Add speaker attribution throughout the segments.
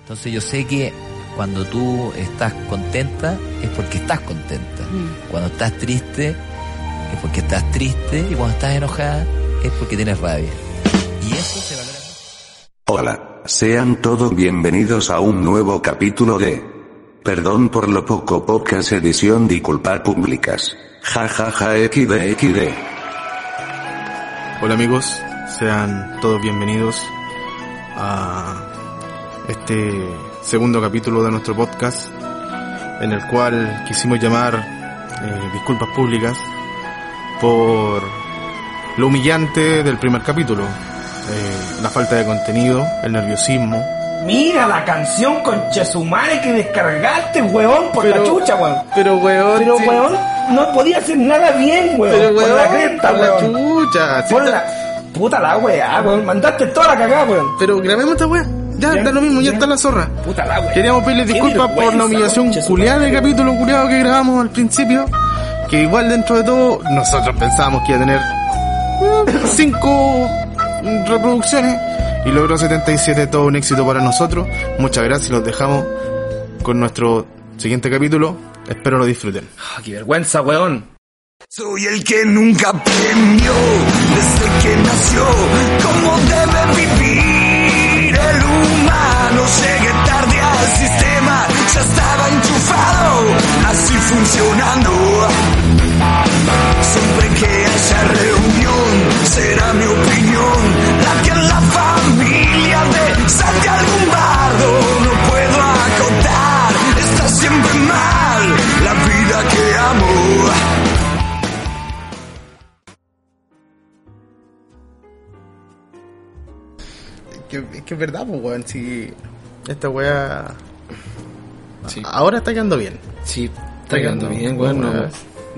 Speaker 1: Entonces yo sé que cuando tú estás contenta es porque estás contenta.
Speaker 2: Mm.
Speaker 1: Cuando estás triste es porque estás triste y cuando estás enojada es porque tienes rabia. Y eso se valora mucho.
Speaker 3: Hola, sean todos bienvenidos a un nuevo capítulo de... Perdón por lo poco podcast edición de culpa públicas. Ja ja ja xd xd.
Speaker 4: Hola amigos, sean todos bienvenidos a este segundo capítulo de nuestro podcast en el cual quisimos llamar eh, disculpas públicas por lo humillante del primer capítulo, eh, la falta de contenido, el nerviosismo.
Speaker 5: Mira la canción con Chesumare que descargaste, weón, por la chucha, weón.
Speaker 4: Pero weón,
Speaker 5: Pero,
Speaker 4: sí,
Speaker 5: weón, no podía hacer nada bien, weón.
Speaker 4: pero
Speaker 5: por
Speaker 4: weón,
Speaker 5: la cresta,
Speaker 4: por la
Speaker 5: weón.
Speaker 4: chucha, sí,
Speaker 5: Por
Speaker 4: está-
Speaker 5: la puta la weá, weón. Mandaste toda la cagada, weón.
Speaker 4: Pero grabemos esta weá, ya,
Speaker 5: Ya,
Speaker 4: da lo mismo, ya,
Speaker 5: ya.
Speaker 4: está la zorra.
Speaker 5: Puta la weá.
Speaker 4: Queríamos pedirles
Speaker 5: Qué
Speaker 4: disculpas por
Speaker 5: vergüenza,
Speaker 4: la humillación
Speaker 5: concha su
Speaker 4: culiada
Speaker 5: madre.
Speaker 4: del capítulo culiado que grabamos al principio. Que igual dentro de todo, nosotros pensábamos que iba a tener 5 reproducciones y logró 77, todo un éxito para nosotros. Muchas gracias, los dejamos con nuestro siguiente capítulo. Espero lo disfruten.
Speaker 5: Ah, qué vergüenza, weón.
Speaker 6: Soy el que nunca premió desde que nació cómo debe vivir el humano. Llegué tarde al sistema, ya estaba enchufado, así funcionando. Siempre que haya reunión, será mi opinión la que la familia de salte algún bardo. No puedo acotar, está siempre mal la vida que amo.
Speaker 4: Que, es que es verdad, pues, weón, si esta weá... Ahora está quedando bien.
Speaker 7: Sí, está
Speaker 4: quedando
Speaker 7: quedando bien, weón.
Speaker 4: buena.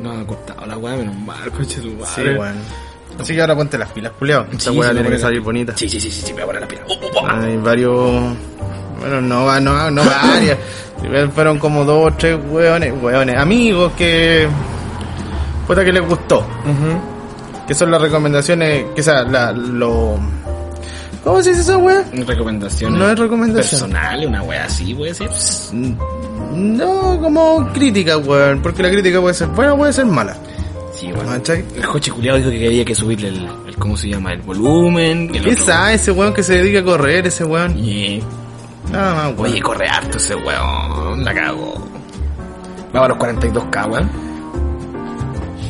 Speaker 7: No, no ha cortado la weá, menos mal, coche tu
Speaker 4: Sí,
Speaker 7: madre.
Speaker 4: weón. Así que ahora ponte las pilas, culiao. Esta
Speaker 7: Sí,
Speaker 4: weá
Speaker 7: sí,
Speaker 4: tiene
Speaker 7: me voy
Speaker 4: que
Speaker 7: a-
Speaker 4: salir bonita.
Speaker 7: Sí, sí, sí, sí, sí, me voy a poner la pila. Oh, oh, oh.
Speaker 4: Hay varios. Bueno, no va, no va, no varias. Igual Fueron como dos, tres hueones, hueones, amigos que. Puta que les gustó. Que son las recomendaciones, que sea, la, lo. ¿Cómo se dice esa wea?
Speaker 7: oh. Recomendaciones.
Speaker 4: No es recomendación.
Speaker 7: Personal, una weá así, puede ser.
Speaker 4: No, como crítica, weón. Porque la crítica puede ser buena o puede ser mala.
Speaker 7: Sí, weón.
Speaker 4: ¿Cachai?
Speaker 7: El coche culiado dijo que quería que subirle el, el- ¿Cómo se llama? El volumen. El
Speaker 4: ¿Qué
Speaker 7: otro-
Speaker 4: sabe ese weón que se dedica a correr, ese weón?
Speaker 7: Yeah.
Speaker 4: Nada más, weón.
Speaker 7: Oye, corre harto ese weón. La cago. Vamos a los 42k, weón.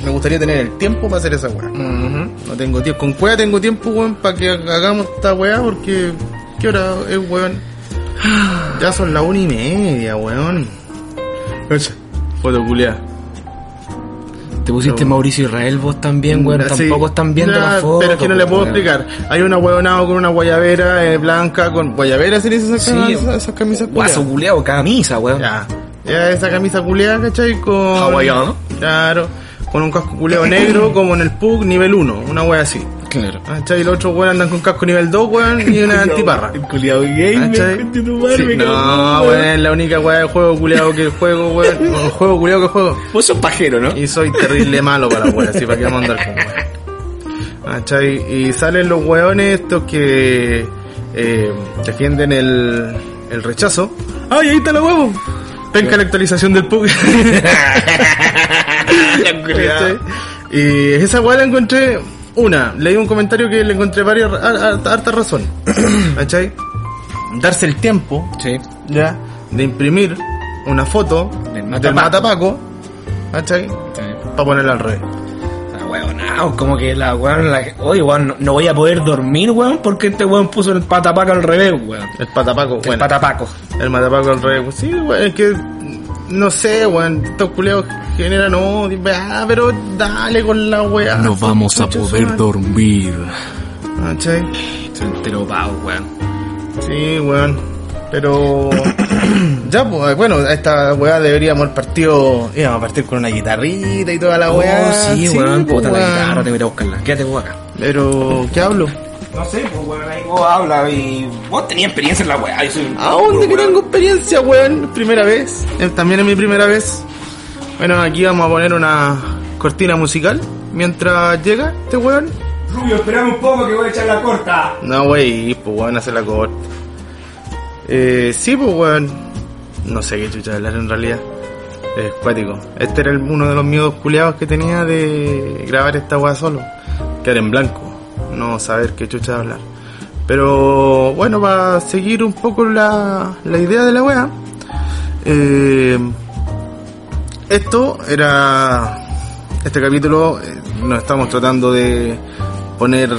Speaker 4: Me gustaría tener el tiempo para hacer esa weá. No tengo tiempo. Con cueva tengo tiempo, weón, para que hagamos esta weá, porque. ¿Qué hora es, weón? Ya son las una y media, weón. Cacha, Foto culiá.
Speaker 7: Te pusiste Mauricio Israel vos también, weón.
Speaker 4: Sí.
Speaker 7: Tampoco están viendo
Speaker 4: Ya,
Speaker 7: la foto.
Speaker 4: Pero es que no le puedo
Speaker 7: weón.
Speaker 4: explicar. Hay una weonado con una guayabera eh, blanca, con. ¿Guayabera se le dice esa,
Speaker 7: Sí,
Speaker 4: esa- esas camisas culiá?
Speaker 7: Guaso culiado, camisa, weón.
Speaker 4: Ya. Ya, esa camisa culiá, ¿cachai? Con.
Speaker 7: Hawaiano.
Speaker 4: Claro. Con un casco culiado negro, como en el PUC nivel 1, una wea así.
Speaker 7: Claro.
Speaker 4: ¿Cachai? Y los otros weón andan con casco nivel 2, weón, y una antiparra.
Speaker 7: El culiado gamer,
Speaker 4: ¿Cachai?
Speaker 7: conche tu madre,
Speaker 4: Sí,
Speaker 7: me
Speaker 4: no,
Speaker 7: cago en-
Speaker 4: weón, es la única weá de juego culiado que juego, weón. El juego culiado que juego.
Speaker 7: Vos sos pajero, ¿no?
Speaker 4: Y soy terrible malo para la weá, así para que vamos a andar con weón. ¿Cachai? Y salen los weones estos que eh, defienden el, el rechazo. ¡Ay, ahí está la huevo! Penca la actualización del PUC. ¿Cachai? Este, Y esa weá la encontré una. Leí un comentario que le encontré varias har- har- harta razón. ¿Cachai? Darse el tiempo
Speaker 7: Sí.
Speaker 4: ya de imprimir una foto
Speaker 7: Del
Speaker 4: del,
Speaker 7: matapaco.
Speaker 4: matapaco, ¿cachai? Para ponerla al revés.
Speaker 7: Ah, weón, no, como que la weón, la, oye, weón, no, no voy a poder dormir, weón, porque este weón puso el patapaco al revés, weón.
Speaker 4: El patapaco, bueno,
Speaker 7: El patapaco.
Speaker 4: el matapaco al revés. Sí, weón, es que no sé, weón, estos culeos generan odio, ah, pero dale con la weá. Chucha, suena.
Speaker 7: dormir.
Speaker 4: ¿Cachai?
Speaker 7: Se enteró pavo, weón.
Speaker 4: Sí, weón. Pero. ya, pues, bueno, a esta weá deberíamos haber partido. Íbamos a partir con una guitarrita y toda la weá.
Speaker 7: Oh, sí, weón,
Speaker 4: pues,
Speaker 7: puta la
Speaker 4: weón.
Speaker 7: guitarra, te voy a ir a buscarla. Quédate vos acá.
Speaker 4: Pero, ¿qué hablo?
Speaker 5: No sé, pues, weón, ahí vos hablas y vos tenías experiencia en la weá. Yo soy un
Speaker 4: ¿A dónde que
Speaker 5: weón.
Speaker 4: tengo experiencia, weón? Primera vez. Pues, Eh, También es mi primera vez. Bueno, aquí vamos a poner una cortina musical. Mientras llega este weón.
Speaker 5: Rubio, esperame un poco que voy a echar la corta.
Speaker 4: No, wey, pues weón, hace la corte. Eh, sí, pues, weón. No sé qué chucha hablar en realidad. Es cuático. Este era el- uno de los miedos culiados que tenía de grabar esta weá solo. Quedar en blanco. No saber qué chucha hablar. Pero bueno, para seguir un poco la, la idea de la weá. eh, esto era. Este capítulo eh, nos estamos tratando de poner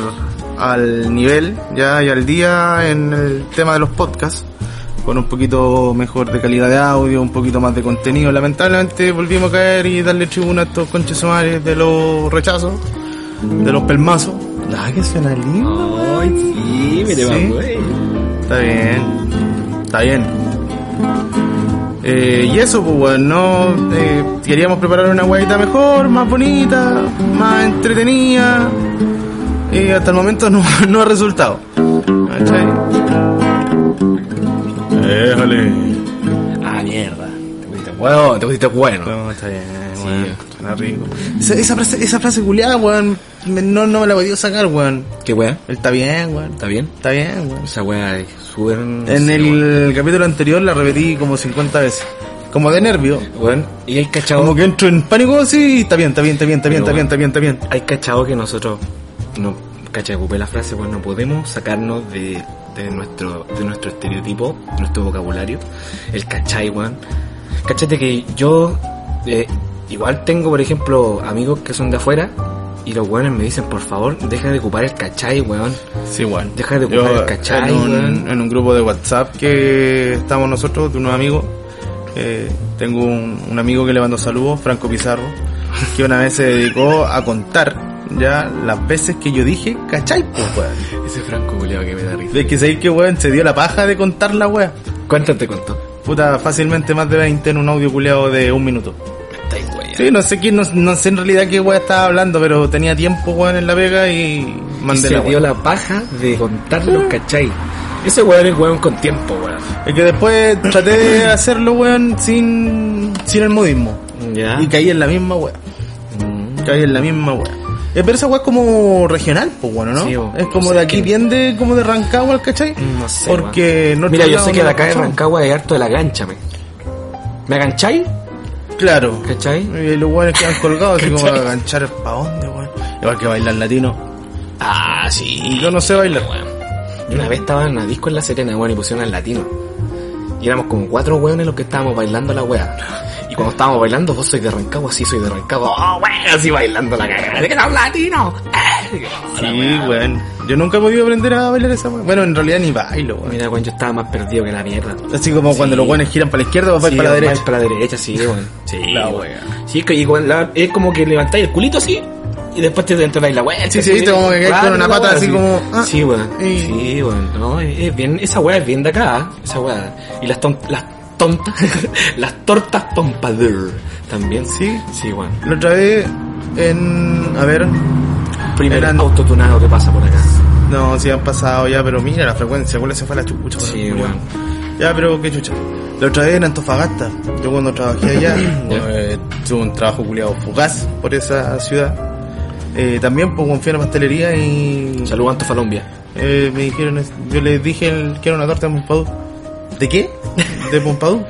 Speaker 4: al nivel ya y al día en el tema de los podcasts con un poquito mejor de calidad de audio, un poquito más de contenido. Lamentablemente volvimos a caer y darle tribuna a estos conches sumares de los rechazos, de los pelmazos. Ah, que suena lindo.
Speaker 5: Ay, sí, mire,
Speaker 4: Sí.
Speaker 5: va, güey.
Speaker 4: Está bien. Está bien. Eh, y eso, pues, weón, no. eh, queríamos preparar una guayita mejor, más bonita, más entretenida. Y hasta el momento no, no ha resultado. ¿Cachai? Déjale.
Speaker 8: Ah, mierda.
Speaker 5: Te pusiste bueno, te pusiste bueno.
Speaker 4: No, está bien, weón. Suena rico. Esa, esa frase, esa frase culiada, weón, me- no, no me la he podido sacar, weón.
Speaker 5: ¿Qué weá?
Speaker 4: Él está bien, weón.
Speaker 5: ¿Está bien?
Speaker 4: Está bien, weón.
Speaker 5: Esa weá es súper...
Speaker 4: En
Speaker 5: sí, weón.
Speaker 4: el capítulo anterior la repetí como 50 veces. Como de nervio.
Speaker 5: Weón, y hay cachado...
Speaker 4: Como que entro en pánico, oh, sí, está bien, está bien, está bien, está bien, está bien, está bien, está bien.
Speaker 5: Hay cachado que nosotros... No, cacha, ocupé la frase, weón, no podemos sacarnos de, de nuestro de nuestro estereotipo, de nuestro vocabulario. El cachai, weón. Cachate que yo... eh, igual tengo, por ejemplo, amigos que son de afuera... Y los weones me dicen, por favor, deja de ocupar el cachai, weón.
Speaker 4: Sí, weón.
Speaker 5: Deja de ocupar el cachai,
Speaker 4: en un,
Speaker 5: weón.
Speaker 4: en un grupo de WhatsApp que estamos nosotros, de unos amigos, eh, tengo un, un amigo que le mando saludos, Franco Pizarro, que una vez se dedicó a contar ya las veces que yo dije cachai, pues, weón.
Speaker 5: Ese franco culiao que me da risa.
Speaker 4: De que sabéis que, weón, se dio la paja de contar la weá.
Speaker 5: ¿Cuánto te contó?
Speaker 4: Puta, fácilmente más de 20 en un audio culeado de un minuto.
Speaker 5: Estáis weyando.
Speaker 4: Sí, no sé quién, no, no sé en realidad qué weá estaba hablando, pero tenía tiempo, weón, en la pega y mandé
Speaker 5: se
Speaker 4: la weá.
Speaker 5: dio la Ah. paja de contarlo, ¿cachai? Ese weón es weón con tiempo, weón.
Speaker 4: Es que después traté de hacerlo, weón, sin, sin el modismo.
Speaker 5: Ya.
Speaker 4: Y caí en la misma weá. Caí en la misma weá. Eh, pero esa weá es como regional, pues bueno, ¿no?
Speaker 5: Sí, o-
Speaker 4: es
Speaker 5: o
Speaker 4: como
Speaker 5: sea,
Speaker 4: de aquí,
Speaker 5: que-
Speaker 4: bien de, como de Rancagua, el ¿cachai?
Speaker 5: No sé.
Speaker 4: Porque
Speaker 5: weón.
Speaker 4: no
Speaker 5: Mira, yo sé que de acá de Rancagua es harto de la gancha, me. ¿Me agancháis?
Speaker 4: Claro.
Speaker 5: ¿Cachai?
Speaker 4: Y los weones quedan colgados, así como
Speaker 5: ¿Cachai?
Speaker 4: a ganchar pa' dónde, weón. Igual que bailar latino.
Speaker 5: Ah, sí.
Speaker 4: Yo no sé bailar, weón.
Speaker 5: Una vez estaba en una disco en La Serena, weón, y pusieron al latino. Y éramos como cuatro weones los que estábamos bailando la wea. Y cuando estábamos bailando, vos sois de Rancagua, sí soy de Rancagua. Oh, weón, así bailando la cagada. ¡De que era latino! Eh,
Speaker 4: Sí, weón. Yo nunca he podido aprender a bailar esa weón. Bueno, en realidad ni bailo, weón.
Speaker 5: Mira, weón, yo estaba más perdido que la mierda.
Speaker 4: Así como cuando
Speaker 5: Sí.
Speaker 4: los weones giran para la izquierda o para,
Speaker 5: Sí,
Speaker 4: para la
Speaker 5: va
Speaker 4: derecha.
Speaker 5: Para la derecha, sí, weón. Sí,
Speaker 4: La
Speaker 5: weón.
Speaker 4: wea.
Speaker 5: Sí, es que igual la- es como que levantáis el culito así y después te, te dais la vuelta.
Speaker 4: Sí, sí, viste, como que caes con una
Speaker 5: la
Speaker 4: pata
Speaker 5: wea,
Speaker 4: así como, ah,
Speaker 5: sí, weón.
Speaker 4: y-
Speaker 5: Sí, weón. No, es, es bien, esa weá es bien de acá, ¿eh? esa weá. Y las, ton- las tontas, las tortas pompadour también.
Speaker 4: Sí.
Speaker 5: Sí, weón.
Speaker 4: La otra vez en... A ver...
Speaker 5: Primer
Speaker 4: Eran-
Speaker 5: autotunado que pasa por acá.
Speaker 4: No, si han pasado ya, pero mira la frecuencia, ¿cuál se fue a la chucha? weón?
Speaker 5: Sí, weón.
Speaker 4: Ya, pero qué chucha. La otra vez en Antofagasta, yo cuando trabajé allá, eh, tuve un trabajo culiado fugaz por esa ciudad. Eh, también pues confía en la pastelería y
Speaker 5: Saludos, Antofalombia.
Speaker 4: eh, me dijeron, es- yo les dije el- que era una torta de Pompadour. ¿De qué? De Pompadour.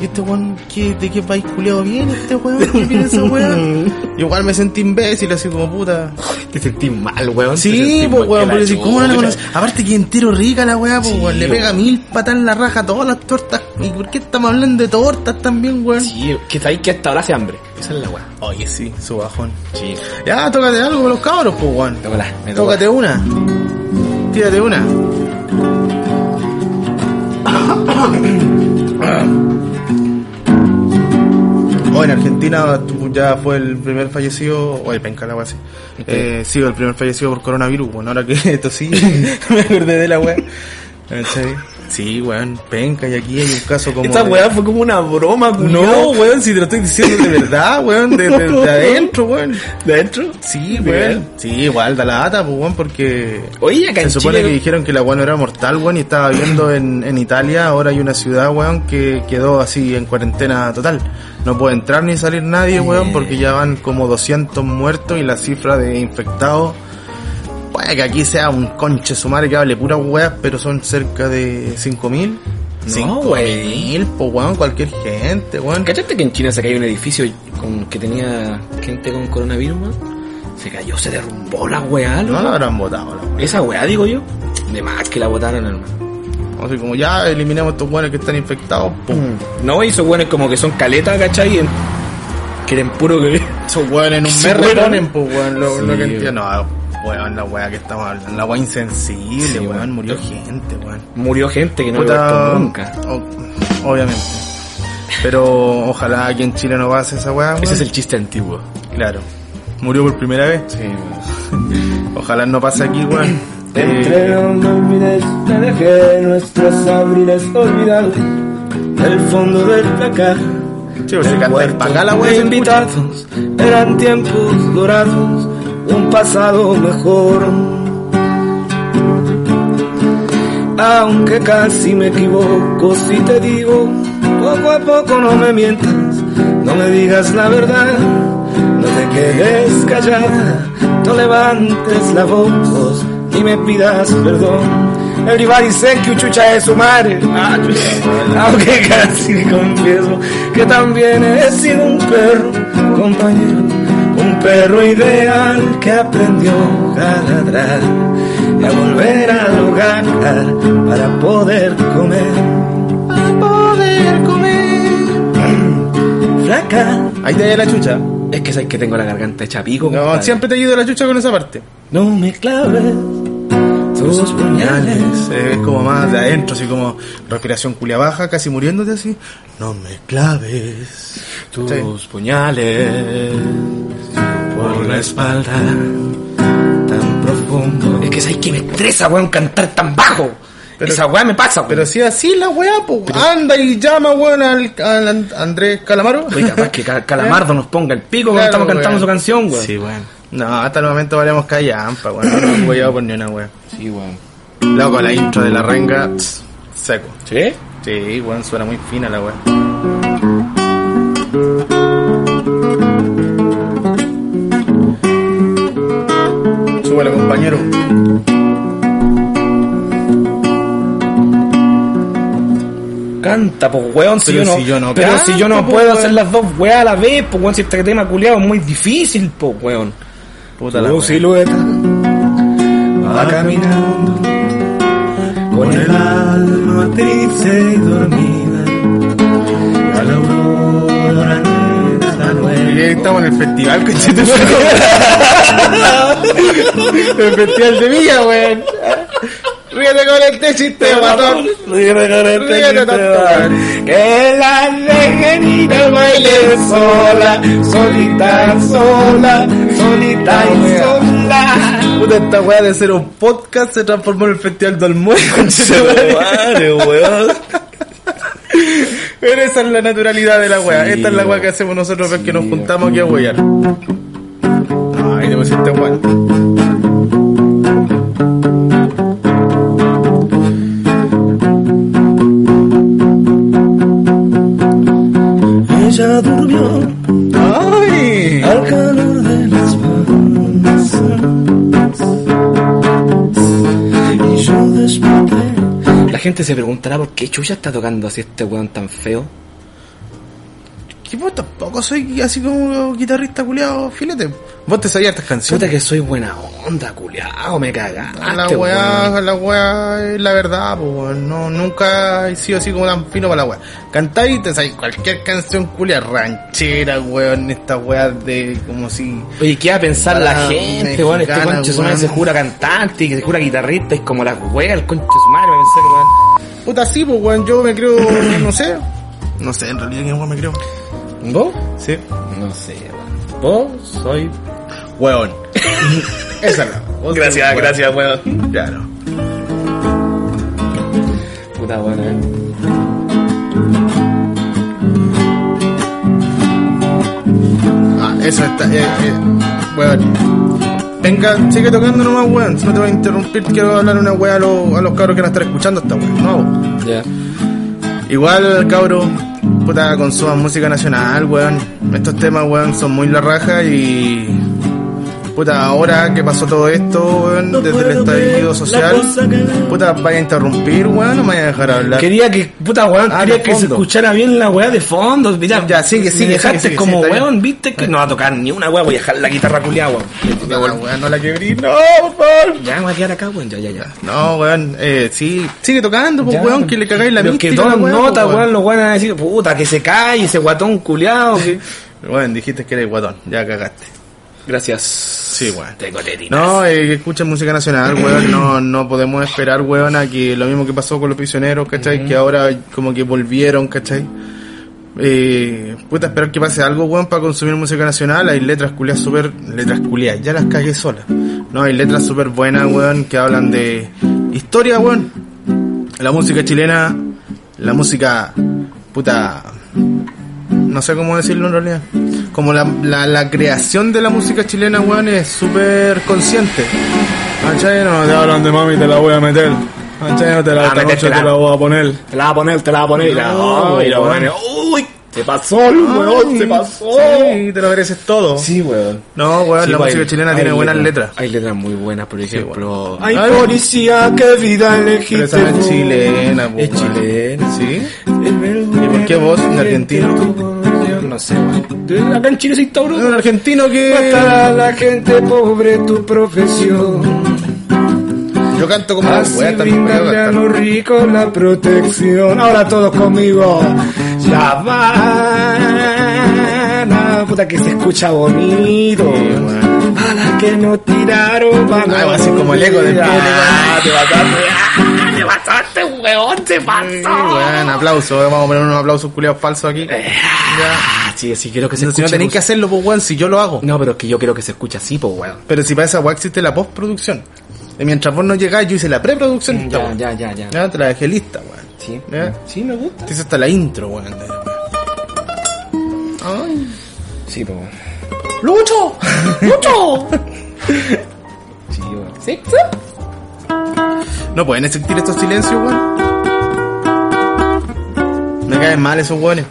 Speaker 4: ¿Y este weón qué, de qué país culiado viene este weón? ¿Qué viene esa weón? Igual me sentí imbécil, así como puta.
Speaker 5: Te sentís mal, weón. Te
Speaker 4: Sí,
Speaker 5: sentís
Speaker 4: pues
Speaker 5: mal que
Speaker 4: weón,
Speaker 5: la
Speaker 4: pero si cómo no la
Speaker 5: chucha.
Speaker 4: conoces. Aparte que entero rica la weá, pues
Speaker 5: Sí,
Speaker 4: weón, le
Speaker 5: weón.
Speaker 4: pega mil patas en la raja a todas las tortas. ¿Y por qué estamos hablando de tortas también, weón?
Speaker 5: Sí, que sabéis que hasta ahora hace hambre. Esa es la weá.
Speaker 4: Oye, sí, su bajón.
Speaker 5: Sí.
Speaker 4: Ya, tócate algo con los cabros, pues weón.
Speaker 5: Tócala, me toca.
Speaker 4: Tócate una. Tírate una. O Oh, en Argentina tu- ya fue el primer fallecido, o el penca la wea, sí. Eh, sí, el primer fallecido por coronavirus, bueno, ahora que esto sí, me acordé de la wea. ¿Cachai? Sí, weón, penca, y aquí hay un caso como...
Speaker 5: Esta
Speaker 4: de-
Speaker 5: weá fue como una broma,
Speaker 4: No, weón, si te lo estoy diciendo de verdad, weón, de, de- de adentro, weón.
Speaker 5: ¿De adentro?
Speaker 4: Sí, weón. Sí, igual, da la ata, pues, weón, porque...
Speaker 5: Oye, acá
Speaker 4: Se
Speaker 5: en
Speaker 4: supone que
Speaker 5: Chile-
Speaker 4: dijeron que la weón era mortal, weón, y estaba viendo en, en Italia, ahora hay una ciudad, weón, que quedó así en cuarentena total. No puede entrar ni salir nadie, weón, porque ya van como 200 muertos y la cifra de infectados... Puede que aquí sea un conche sumar que hable puras weas, pero son cerca de 5.000. Cinco mil, po, weón, cualquier gente, weón.
Speaker 5: ¿Cachaste que en China se cayó un edificio con, que tenía gente con coronavirus, weón? Se cayó, se derrumbó la weá,
Speaker 4: No
Speaker 5: ¿no?
Speaker 4: lo habrán votado, la weón.
Speaker 5: Esa weá, digo yo, de más que la botaron, hermano.
Speaker 4: Así como ya eliminemos estos weones que están infectados, pum.
Speaker 5: No, y esos weones como que son caletas, ¿cachai? En- Quieren puro que...
Speaker 4: Esos weones en un
Speaker 5: Se
Speaker 4: mes
Speaker 5: fueron.
Speaker 4: reponen, po, weón, lo,
Speaker 5: Sí,
Speaker 4: lo que
Speaker 5: weón.
Speaker 4: entiendo. No, weón, la weá que estamos hablando, la weá insensible,
Speaker 5: Sí,
Speaker 4: weón.
Speaker 5: weón.
Speaker 4: Murió gente, weón.
Speaker 5: Murió gente que no
Speaker 4: Puta,
Speaker 5: había muerto nunca.
Speaker 4: o- obviamente. Pero ojalá aquí en Chile no pase esa weá, weón.
Speaker 5: Ese es el chiste antiguo.
Speaker 4: Claro. Murió por primera vez.
Speaker 5: Sí, weón.
Speaker 4: Ojalá no pase aquí, weón. Eh,
Speaker 7: no olvides, te dejé nuestros abriles olvidados. El fondo del placar.
Speaker 4: Chico, pues, se canta en
Speaker 7: Puerto
Speaker 4: Pacá la weá.
Speaker 7: de
Speaker 4: se escucha.
Speaker 7: invitados eran tiempos dorados, un pasado mejor. Aunque casi me equivoco si te digo, poco a poco no me mientas, no me digas la verdad, no te quedes callada, no levantes la voz y me pidas perdón. Everybody sé que chucha es su madre. Ah, chucha. Aunque casi confieso que también he sido un perro, compañero. Un perro ideal que aprendió a ladrar y a volver al hogar para poder comer. Para poder comer. Flaca.
Speaker 4: Ahí te da la chucha.
Speaker 5: Es que sabes que tengo la garganta hecha pico,
Speaker 4: No,
Speaker 5: compadre.
Speaker 4: siempre te ayuda la chucha con esa parte.
Speaker 7: No me claves tus puñales.
Speaker 4: Eh, Es como más de adentro, así como respiración culia baja, casi muriéndote así. No me claves.
Speaker 5: Tus
Speaker 4: Sí.
Speaker 5: puñales por la espalda tan profundo. Es que sabes que me estresa, weón, cantar tan bajo.
Speaker 4: Pero-
Speaker 5: Esa weá me pasa, weón.
Speaker 4: Pero si así la weá, pues anda y llama, weón, al, al And- Andrés Calamaro.
Speaker 5: Oye, capaz que Ca- Calamardo nos ponga el pico cuando
Speaker 4: Claro,
Speaker 5: estamos cantando
Speaker 4: weón.
Speaker 5: su canción, weón.
Speaker 4: weón. No, hasta el momento valemos callampa, weón. No nos hemos guayado por ni una weá.
Speaker 5: Sí, weón.
Speaker 4: Loco, la intro de la renga, tss, seco.
Speaker 5: ¿Sí?
Speaker 4: Sí, weón, suena muy fina la weá. Súbele, compañero.
Speaker 5: Canta, pues weón, si
Speaker 4: Pero
Speaker 5: yo no,
Speaker 4: si yo no
Speaker 5: pero
Speaker 4: canto,
Speaker 5: si yo no
Speaker 4: po,
Speaker 5: puedo
Speaker 4: weón.
Speaker 5: hacer las dos weas a la vez, pues weón, si este tema culiado es muy difícil, pues weón.
Speaker 4: Puta
Speaker 5: Tu
Speaker 4: weá.
Speaker 5: silueta va caminando con el
Speaker 7: alma triste y dormida a la aurora negra
Speaker 4: Y
Speaker 7: nueva.
Speaker 4: ahí estamos en el festival, conchete. el festival de Villa, weón. Ríete con este chiste, matón.
Speaker 5: este
Speaker 4: Ríete tanto, weón.
Speaker 7: Que la dejen ir al baile sola, solita, sola, solita y sola.
Speaker 4: Puta, esta weá de ser un podcast se transformó en el festival del almuerzo, conchete, weón. Pero esa es la naturalidad de la weá.
Speaker 5: Sí,
Speaker 4: Esta es la weá
Speaker 5: weón.
Speaker 4: que hacemos nosotros, ves que nos
Speaker 5: Sí,
Speaker 4: juntamos aquí a wear. Ay, te pusiste weón.
Speaker 7: Ella durmió
Speaker 4: Ay.
Speaker 7: al calor de las manos y yo desperté.
Speaker 5: La gente se preguntará por qué Chucha está tocando así este weón tan feo.
Speaker 4: Que vos tampoco soy así como guitarrista culiado filete. Vos te sabías estas
Speaker 5: Chuta
Speaker 4: canciones.
Speaker 5: que soy buena onda, culiao, me cagaste.
Speaker 4: la weá, la weá, es la verdad, po, weón. no, nunca he sido así como tan fino para la weá. Cantáis y te sabéis cualquier canción culia ranchera, weón, estas weas de como si.
Speaker 5: Oye, ¿qué va a pensar
Speaker 4: Para
Speaker 5: la gente, weón? Este
Speaker 4: mexicana,
Speaker 5: conche su madre
Speaker 4: weón.
Speaker 5: se jura cantante y que se jura guitarrista y como la weá, el conche su madre, va a pensar, weón.
Speaker 4: Puta sí, pues weón, yo me creo, no sé. No sé, en realidad qué weón me creo.
Speaker 5: ¿Vos?
Speaker 4: Sí.
Speaker 5: No sé, weón. ¿Vos? Soy...
Speaker 4: Weón. Esa es la. Vos sos un weón.
Speaker 5: weón.
Speaker 4: Claro.
Speaker 5: Puta weón, eh.
Speaker 4: Ah, eso está. Eh, eh, weón. Venga, sigue tocando nomás, weón. Si no te voy a interrumpir, quiero hablar una weá a, los- a los cabros que nos están escuchando esta weón. No.
Speaker 5: Ya.
Speaker 4: Igual, cabros, puta, consuman música nacional, weón. Estos temas, weón, son muy la raja y. Puta, ahora que pasó todo esto, weón, desde el estallido social, puta, vaya a interrumpir, weón, no me vaya a dejar hablar.
Speaker 5: Quería que, puta weón,
Speaker 4: Ah, de
Speaker 5: quería que se
Speaker 4: fondo.
Speaker 5: escuchara bien la weá de fondo. Mirá,
Speaker 4: Ya, sigue,
Speaker 5: me
Speaker 4: sigue,
Speaker 5: dejaste
Speaker 4: sigue, sigue,
Speaker 5: como
Speaker 4: sí, está bien.
Speaker 5: weón, viste que no va a tocar ni una weá, voy a dejar la guitarra culiada, weón.
Speaker 4: Puta, weón, no la quebrí, no, por favor.
Speaker 7: Ya, voy a quedar acá, weón, ya, ya, ya.
Speaker 4: No, weón, eh, sí, sigue tocando, pues,
Speaker 5: Ya,
Speaker 4: weón, que le cagáis la
Speaker 5: Los
Speaker 4: mística.
Speaker 5: que
Speaker 4: a la
Speaker 5: toman
Speaker 4: weá,
Speaker 5: nota,
Speaker 4: pues,
Speaker 5: weón, los weones van a decir, puta, que se calle ese guatón culiado. Que...
Speaker 4: Weón, dijiste que eres guatón, ya cagaste.
Speaker 7: Gracias.
Speaker 4: Sí, weón.
Speaker 7: Tengo tetinas.
Speaker 4: No, eh, que escuchen música nacional, weón. No, no podemos esperar, weón, a que lo mismo que pasó con los prisioneros, ¿cachai? Que ahora como que volvieron, ¿cachai? Eh, puta, esperar que pase algo, weón, para consumir música nacional. Hay letras culiadas súper... Letras culiadas, ya las cagué sola. No, hay letras súper buenas, weón, que hablan de historia, weón. La música chilena, la música... Puta... No sé cómo decirlo en realidad. Como la, la, la creación de la música chilena, weón, es súper consciente. ¿Cachai? No te hablan de mami, te la voy a meter. ¿Cachai? No te la,
Speaker 7: Ah,
Speaker 4: esta noche te
Speaker 7: metértela.
Speaker 4: la voy a poner.
Speaker 7: Te la va a poner, te la va a poner. y la-
Speaker 4: No,
Speaker 7: Ay, la
Speaker 4: weón.
Speaker 7: weón. Uy, se pasó, el weón, se pasó.
Speaker 4: Sí, te lo mereces todo.
Speaker 7: Sí, weón.
Speaker 4: No, weón,
Speaker 7: Sí,
Speaker 4: la
Speaker 7: pues,
Speaker 4: música
Speaker 7: hay-
Speaker 4: chilena
Speaker 7: hay
Speaker 4: tiene buenas letras.
Speaker 7: Hay letras muy buenas, por ejemplo.
Speaker 5: Ay,
Speaker 4: Ay,
Speaker 5: policía, qué vida
Speaker 4: Pero
Speaker 5: elegiste.
Speaker 4: esa no es
Speaker 5: vos.
Speaker 4: chilena,
Speaker 7: Es
Speaker 4: pues, weón.
Speaker 7: chilena.
Speaker 4: ¿Sí?
Speaker 5: ¿Y
Speaker 4: por qué vos, de argentino?
Speaker 7: No sé, weón.
Speaker 5: Acá en Chile soy
Speaker 4: Es Un
Speaker 5: Tauro.
Speaker 4: argentino que...
Speaker 5: Mata a la gente pobre tu profesión.
Speaker 4: Yo canto como... la
Speaker 5: Así
Speaker 4: weá, tan-
Speaker 5: brindarle a los ricos la protección. Ahora todos conmigo. La Habana, Ah, puta que se escucha bonito. A las que no tiraron van
Speaker 4: Ah,
Speaker 5: a
Speaker 4: va a ser como el eco del
Speaker 5: volver.
Speaker 4: público.
Speaker 5: Ah, te va a dar-
Speaker 7: Ah, ¡Te pasaste, weón! ¡Te
Speaker 4: Sí, weón, aplausos. Vamos a poner unos aplausos culiados falsos aquí. Ya.
Speaker 7: Eh, Ah, sí, sí, quiero que se
Speaker 4: No, Si
Speaker 7: escuche.
Speaker 4: no tenéis que
Speaker 7: música.
Speaker 4: hacerlo, pues, weón, si yo lo hago.
Speaker 7: No, pero es que yo quiero que se escuche así, pues, weón.
Speaker 4: Pero si para esa weá existe la postproducción. Y mientras vos no llegáis, yo hice la preproducción. y esta
Speaker 7: Ya,
Speaker 4: weá.
Speaker 7: ya, ya, ya.
Speaker 4: Ya, te la dejé lista, weón.
Speaker 7: Sí.
Speaker 4: Ya.
Speaker 7: Sí, me gusta.
Speaker 4: ¿Eh? Te hice hasta la intro, weón. de-
Speaker 7: Sí, pues, weón.
Speaker 4: ¡Lucho!
Speaker 7: Sí, weón.
Speaker 4: No pueden existir estos silencios, weón. Me caen mal esos weones.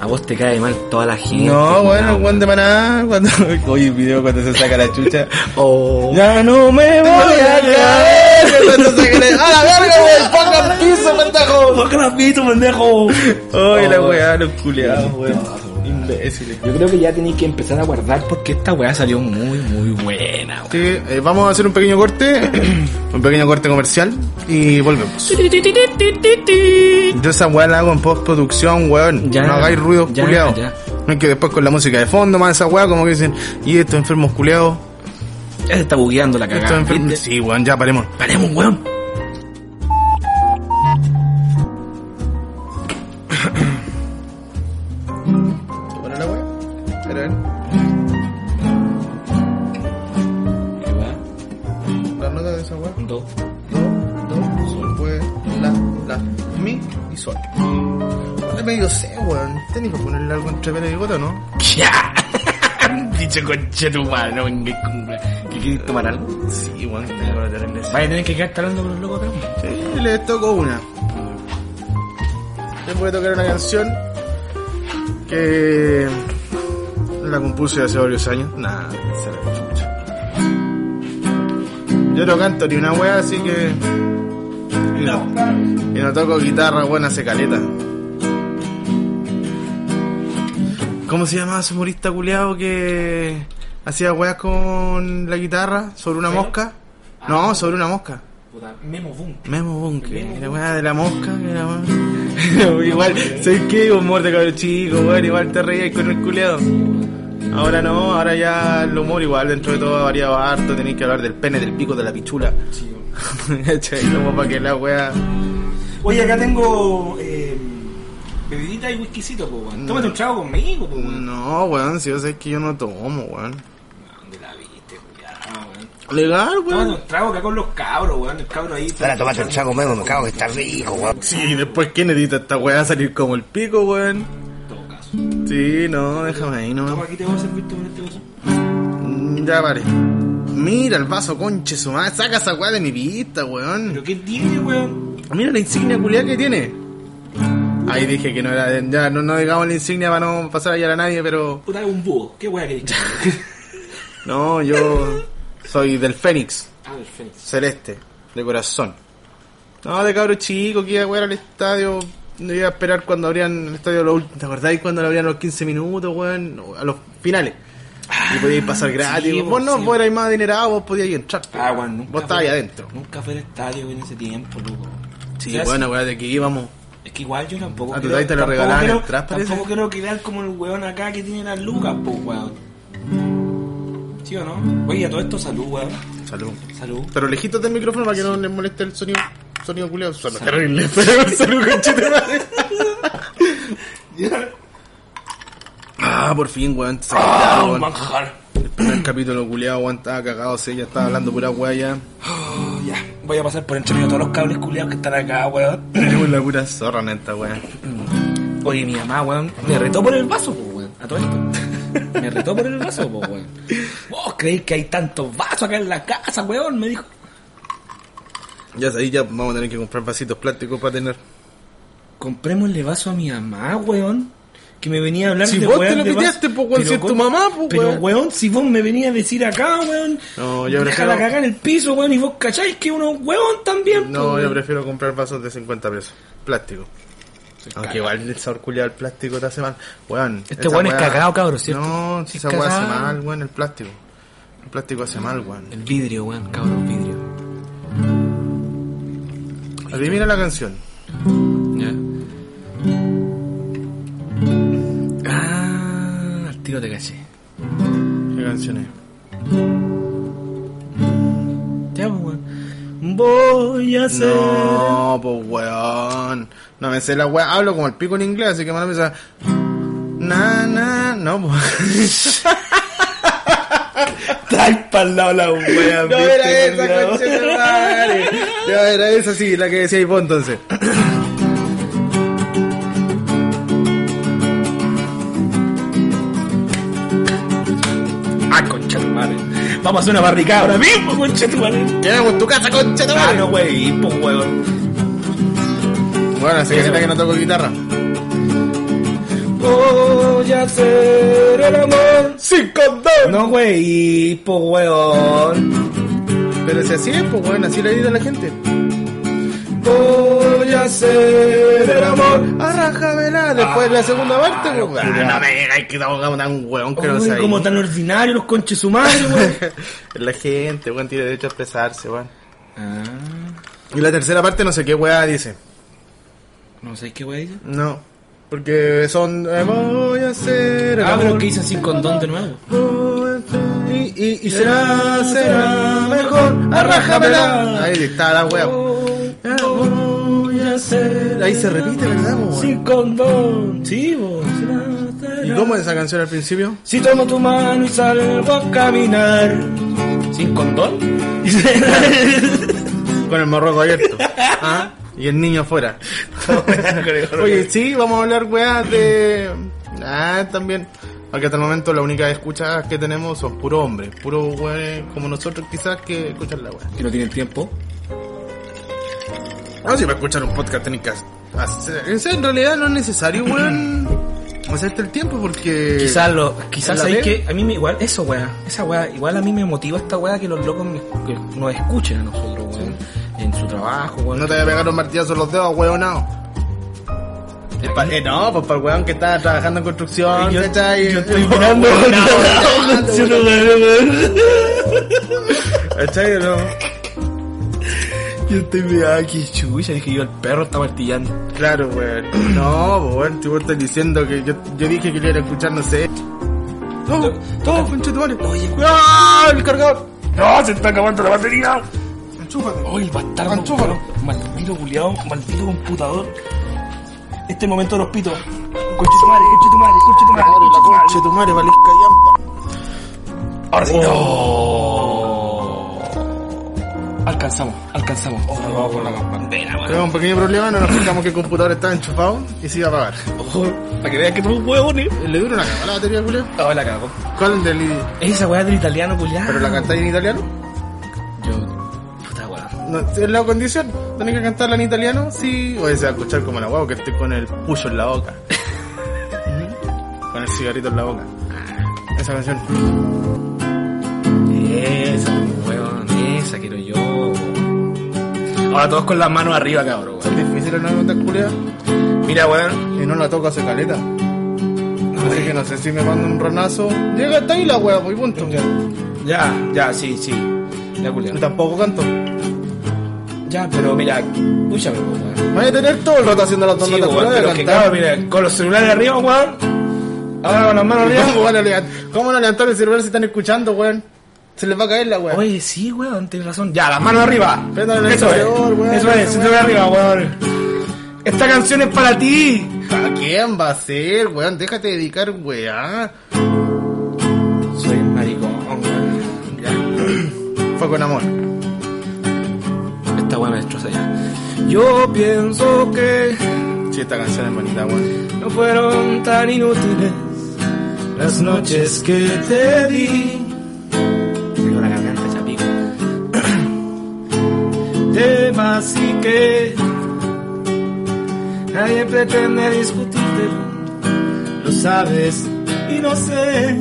Speaker 7: A vos te cae mal toda la gente.
Speaker 4: No, bueno, el
Speaker 7: weón.
Speaker 4: weón de maná. Cuando... Oye, el video cuando se saca la chucha.
Speaker 7: Oh.
Speaker 4: Ya no me voy a caer. Cuando se cae la- ¡A la verga, weón! ¡Ponga piso, pendejo!
Speaker 7: ¡Qué rapito, pendejo!
Speaker 4: Oye, la weá, los culiados, weón. Imbéciles.
Speaker 7: Yo creo que ya tenéis que empezar a guardar porque esta weá salió muy, muy buena, weón.
Speaker 4: Sí, eh, vamos a hacer un pequeño corte, un pequeño corte comercial y volvemos. Yo esa weá la hago en postproducción, weón.
Speaker 7: Ya,
Speaker 4: no hagáis ruidos
Speaker 7: ya,
Speaker 4: culiados.
Speaker 7: ya.
Speaker 4: No es que después con la música de fondo, más esa weá, como que dicen, y estos enfermos culiados,
Speaker 7: Ya se está bugueando la
Speaker 4: estos
Speaker 7: cagada.
Speaker 4: enfermos.
Speaker 7: ¿viste?
Speaker 4: Sí, weón, ya paremos.
Speaker 7: Paremos, weón. Ahí va.
Speaker 4: La nota de esa weá,
Speaker 7: Un, dos.
Speaker 4: do, do, sol, fue, la, la, mi y sol. Vale, medio sé, weón. Tenés que ponerle algo entre pelo y gota, ¿no?
Speaker 7: ¡Ya! Dicho conche tu madre, no vengáis con weá. ¿Que quieres tomar algo?
Speaker 4: Sí, weón, tengo la terrible sed.
Speaker 7: Vaya a tener que quedarte hablando con los locos acá, weón.
Speaker 4: Sí, les toco una. Les voy a tocar una canción que la compuse hace varios años. Nah, se la escucho. Yo no canto ni una wea, así que. Y no, y no toco guitarra, buena hace caleta. ¿Cómo se llamaba ese humorista culiao que hacía weas con la guitarra sobre una mosca? No, sobre una mosca.
Speaker 7: Puta, Memo Boom.
Speaker 4: Memo Bunker, la weá de la mosca, que la weá. Igual, ¿sabes qué? Humor de cabrón chico, weón, igual te reías con el culeado. Ahora no, ahora ya el humor igual dentro de todo ha variado harto, tenéis que hablar del pene, del pico, de la pichula. Sí, Como para que la weá.
Speaker 7: Oye, acá tengo eh, bebidita y whiskycito, po,
Speaker 4: Mm.
Speaker 7: weón. Tómate un trago conmigo, po, weón.
Speaker 4: No, weón, si yo sé que yo no tomo, weón.
Speaker 7: ¿Dónde la viste, culiao, weón?
Speaker 4: Legal,
Speaker 7: Tómate
Speaker 4: weón.
Speaker 7: un trago acá con los cabros, weón. El cabro ahí. pues,
Speaker 6: Para tomate un chago, memo, me cago que está rico, weón.
Speaker 4: Sí, y después que necesita esta weá salir como el pico, weón.
Speaker 7: Todo caso.
Speaker 4: Sí, no, déjame ahí, no.
Speaker 7: Toma, aquí te voy a servir tú con este vaso.
Speaker 4: Mm, Ya vale. Mira el vaso, conche su madre. Saca esa weá de mi vista, weón.
Speaker 7: ¿Pero qué tiene, weón?
Speaker 4: Mira la insignia culiada que tiene. Ahí dije que no era. de- Ya, no, no digamos la insignia para no pasar a hallar a nadie, pero.
Speaker 7: Puta, es un búho. ¿Qué weá querés?
Speaker 4: No, yo soy del Fénix,
Speaker 7: Ah, el Fénix.
Speaker 4: celeste, de corazón. No, de cabro chico, que iba a jugar al estadio. No iba a esperar cuando abrían el estadio. Los, ult- ¿Te acordáis cuando lo abrían a los 15 minutos, weón? No, A los finales. Y podíais pasar gratis.
Speaker 7: Ah, sí,
Speaker 4: vos no,
Speaker 7: sí.
Speaker 4: vos erais más adinerado, vos podías ir entrar.
Speaker 7: Ah, weón, nunca.
Speaker 4: Vos estabas ahí
Speaker 7: fui-
Speaker 4: adentro.
Speaker 7: Nunca fue al estadio en ese tiempo, loco.
Speaker 4: Sí,
Speaker 7: Ya sé.
Speaker 4: bueno, weón, de que íbamos.
Speaker 7: Es que igual yo tampoco
Speaker 4: Ah, tú ahí te lo
Speaker 7: tampoco
Speaker 4: regalaban
Speaker 7: quiero-
Speaker 4: atrás, parece.
Speaker 7: Tampoco quiero quedar como el weón acá que tiene las lucas, po, weón. ¿Sí o no? Oye, a todo esto, salud, weón.
Speaker 4: Salud.
Speaker 7: Salud.
Speaker 4: Pero lejitos del micrófono para que no les moleste el sonido. Sonido culiado. Suena terrible, pero salud conchetumare. Ah, por fin, weón. se quitaron, weón.
Speaker 7: manjar.
Speaker 4: El primer capítulo culiado, weón, estaba cagado, sí, ya estaba hablando pura weá ya.
Speaker 7: Oh, ya. Voy a pasar por entre medio todos los cables culiados que están acá, weón.
Speaker 4: Tenemos la pura zorra en esta weá.
Speaker 7: Oye, mi mamá, weón, me retó por el vaso, po, weón. A todo esto. Me retó por el vaso, po, weón. Vos creéis que hay tantos vasos acá en la casa, weón, me dijo.
Speaker 4: Ya sabéis, ya vamos a tener que comprar vasitos plásticos para tener.
Speaker 7: Comprémosle vaso a mi mamá, weón. Que me venía a hablar
Speaker 4: Si
Speaker 7: de
Speaker 4: vos
Speaker 7: weón
Speaker 4: te lo
Speaker 7: de vaso.
Speaker 4: piteaste, po, weón,
Speaker 7: Pero,
Speaker 4: si es tu
Speaker 7: con-
Speaker 4: mamá, po,
Speaker 7: Pero,
Speaker 4: weón.
Speaker 7: weón, si vos me venías a decir acá, weón.
Speaker 4: No, yo
Speaker 7: Déjala
Speaker 4: prefiero-
Speaker 7: cagar en el piso, weón, y vos cacháis que uno es weón también, po,
Speaker 4: No, yo
Speaker 7: weón.
Speaker 4: prefiero comprar vasos de 50 pesos. Plástico. Aunque igual el sabor culiado del plástico te hace mal. Weón.
Speaker 7: Este
Speaker 4: esa
Speaker 7: weón es
Speaker 4: weá-
Speaker 7: cagado, cabrón, ¿cierto?
Speaker 4: No,
Speaker 7: Sí,
Speaker 4: esa weá hace
Speaker 7: cagado.
Speaker 4: mal, weón, el plástico. El plástico hace mal, weón.
Speaker 7: El vidrio, weón, cabrón, vidrio.
Speaker 4: Adivina la canción.
Speaker 7: Ah, al tiro te caché.
Speaker 4: ¿Qué canción es?
Speaker 7: Ya, po, weón. Voy a ser.
Speaker 4: No, pues weón. No me sé la weá. Hablo como el pico en inglés, así que me lo Na, na, no, pues.
Speaker 7: Trae pa'l lado la wea,
Speaker 4: no
Speaker 7: viste,
Speaker 4: era esa,
Speaker 7: culiao.
Speaker 4: conchetumare. No era esa, sí, la que decía vos entonces.
Speaker 7: Ah, concha tu madre. Vamos a hacer una barricada ahora mismo, concha tu madre.
Speaker 4: Llegamos a tu casa,
Speaker 7: Ah,
Speaker 4: conchetumare.
Speaker 7: no, wey, po, weón.
Speaker 4: Bueno, hace caleta que no toco guitarra.
Speaker 7: Voy a hacer el amor.
Speaker 4: ¡Sin condón!
Speaker 7: No, wey, po, weón.
Speaker 4: Pero si así es, pues bueno, así le ayuda a la gente.
Speaker 7: Voy a hacer el amor.
Speaker 4: Arrájamela, después de la segunda parte, pues
Speaker 7: Ah, no,
Speaker 4: weón.
Speaker 7: no me
Speaker 4: digas que estamos tan weón
Speaker 7: Uy, como tan ordinario los conches su madre, weón.
Speaker 4: La gente, weón, tiene derecho a expresarse, weón.
Speaker 7: ah,
Speaker 4: Y la tercera parte no sé qué weá dice.
Speaker 7: no sé qué wey dice.
Speaker 4: No. Porque son... eh, voy a hacer... el
Speaker 7: Ah, pero
Speaker 4: amor.
Speaker 7: que hice sin condón de nuevo.
Speaker 4: Y, y, y será, será mejor. Arrájamela. Ahí está la weá. "Eh,
Speaker 7: Voy a hacer
Speaker 4: Ahí se repite, ¿verdad, po, weón?
Speaker 7: Sin condón, sí, vos.
Speaker 4: ¿Y cómo es esa canción al principio?
Speaker 7: Si tomo tu mano y salgo a caminar. ¿Sin condón?
Speaker 4: Con el morroco abierto. ¿Ah? Y el niño afuera. Oye, sí, vamos a hablar weas de. Ah, también. Porque hasta el momento las únicas escuchas que tenemos son puro hombres, puro weones como nosotros quizás que escuchan la wea.
Speaker 7: que no tienen tiempo.
Speaker 4: No, si para escuchar un podcast tenés que hacer. En serio, en realidad no es necesario, weón, hacerte el tiempo porque.
Speaker 7: Quizás lo, quizás
Speaker 4: ¿La
Speaker 7: hay
Speaker 4: ve?
Speaker 7: que. A mí me igual, eso weá, esa weá, igual a mí me motiva esta weá que los locos me- que nos escuchen a nosotros, weón. En su trabajo, weón.
Speaker 4: No te voy a pegar un martillazo en los dedos, weonao. Es pa- eh, no, pues para el weón que está trabajando en construcción,
Speaker 7: Yo-
Speaker 4: ¿cachai?
Speaker 7: yo estoy mirando
Speaker 4: Weonao,
Speaker 7: no,
Speaker 4: weonao,
Speaker 7: no, no, no, no.
Speaker 4: ¿Cachai o no?
Speaker 7: Yo estoy mirando aquí, chucha, dije yo, el perro está martillando.
Speaker 4: Claro, weón. No, pues, weón, tú estás diciendo que yo, yo dije que quería escuchar, no sé. No, no, pinche tu madre.
Speaker 7: Oye,
Speaker 4: ¡Ah! El cargador.
Speaker 7: ¡No! ¡Se está acabando la batería!
Speaker 4: Enchúfate.
Speaker 7: ¡Oye, el bastardo!
Speaker 4: Enchúfalo.
Speaker 7: weón. Maldito culiao, maldito computador. Este momento de los pitos. Conche tu madre, conche tu madre, conche tu madre, conche tu madre.
Speaker 4: Pinche Oh, tu madre, vale, callampa.
Speaker 7: Ahora sí.
Speaker 4: Oh.
Speaker 7: No. Alcanzamos, alcanzamos. vamos por la campana.
Speaker 4: Tenemos un pequeño problema, no nos fijamos que el computador estaba enchufado y se iba a apagar.
Speaker 7: Para que veas que somos huevones.
Speaker 4: Le dura una cagada la batería, culio.
Speaker 7: Ah, la cago.
Speaker 4: ¿Cuál del
Speaker 7: Esa weá del italiano, culiado.
Speaker 4: ¿Pero la cantáis en italiano?
Speaker 7: Yo. Puta weá.
Speaker 4: No, es la condición. ¿Tenés que cantarla en italiano? Sí. Oye, se va a escuchar como la guau que estoy con el pucho en la boca. con el cigarrito en la boca. Esa canción.
Speaker 7: Esa, weón, esa quiero yo. Ahora todos con las manos arriba, cabrón, weón.
Speaker 4: Es difícil una nota culia
Speaker 7: Mira, weón.
Speaker 4: y no la toco hace caleta. Así
Speaker 7: eh.
Speaker 4: que no sé si me mando un ronazo. Llega hasta ahí la wea, voy punto.
Speaker 7: Ya, ya, sí, sí. Ya, culiao.
Speaker 4: Y tampoco canto. Me
Speaker 7: Ya, pero mira, escúchame, po, weón.
Speaker 4: voy a tener todo el rato haciendo las dos
Speaker 7: Sí,
Speaker 4: notas
Speaker 7: po, weón,
Speaker 4: culiadas
Speaker 7: pero
Speaker 4: y
Speaker 7: que
Speaker 4: cantar.
Speaker 7: claro, mira, con los celulares arriba, weón. Ahora con las manos arriba.
Speaker 4: ¿Cómo van a levant- ¿Cómo van a levantar el celular si están escuchando, weón? Se les va a caer la weá.
Speaker 7: Oye, sí, weón, tienes razón. Ya, las manos arriba.
Speaker 4: Préndale el
Speaker 7: eso es.
Speaker 4: sensor, weón,
Speaker 7: eso es,
Speaker 4: weón.
Speaker 7: se arriba, weón. Esta canción es para ti.
Speaker 4: ¿A quién va a ser, weón? Déjate de dedicar, weá.
Speaker 7: Soy maricón, weón. Ya.
Speaker 4: Fue con amor.
Speaker 7: Esta weón me destroza ya. Yo pienso que
Speaker 4: Sí, esta canción es bonita, weón.
Speaker 7: no fueron tan inútiles las noches que te di. Tengo la garganta chapico. Temas y que nadie pretende discutirte. Lo sabes y no sé.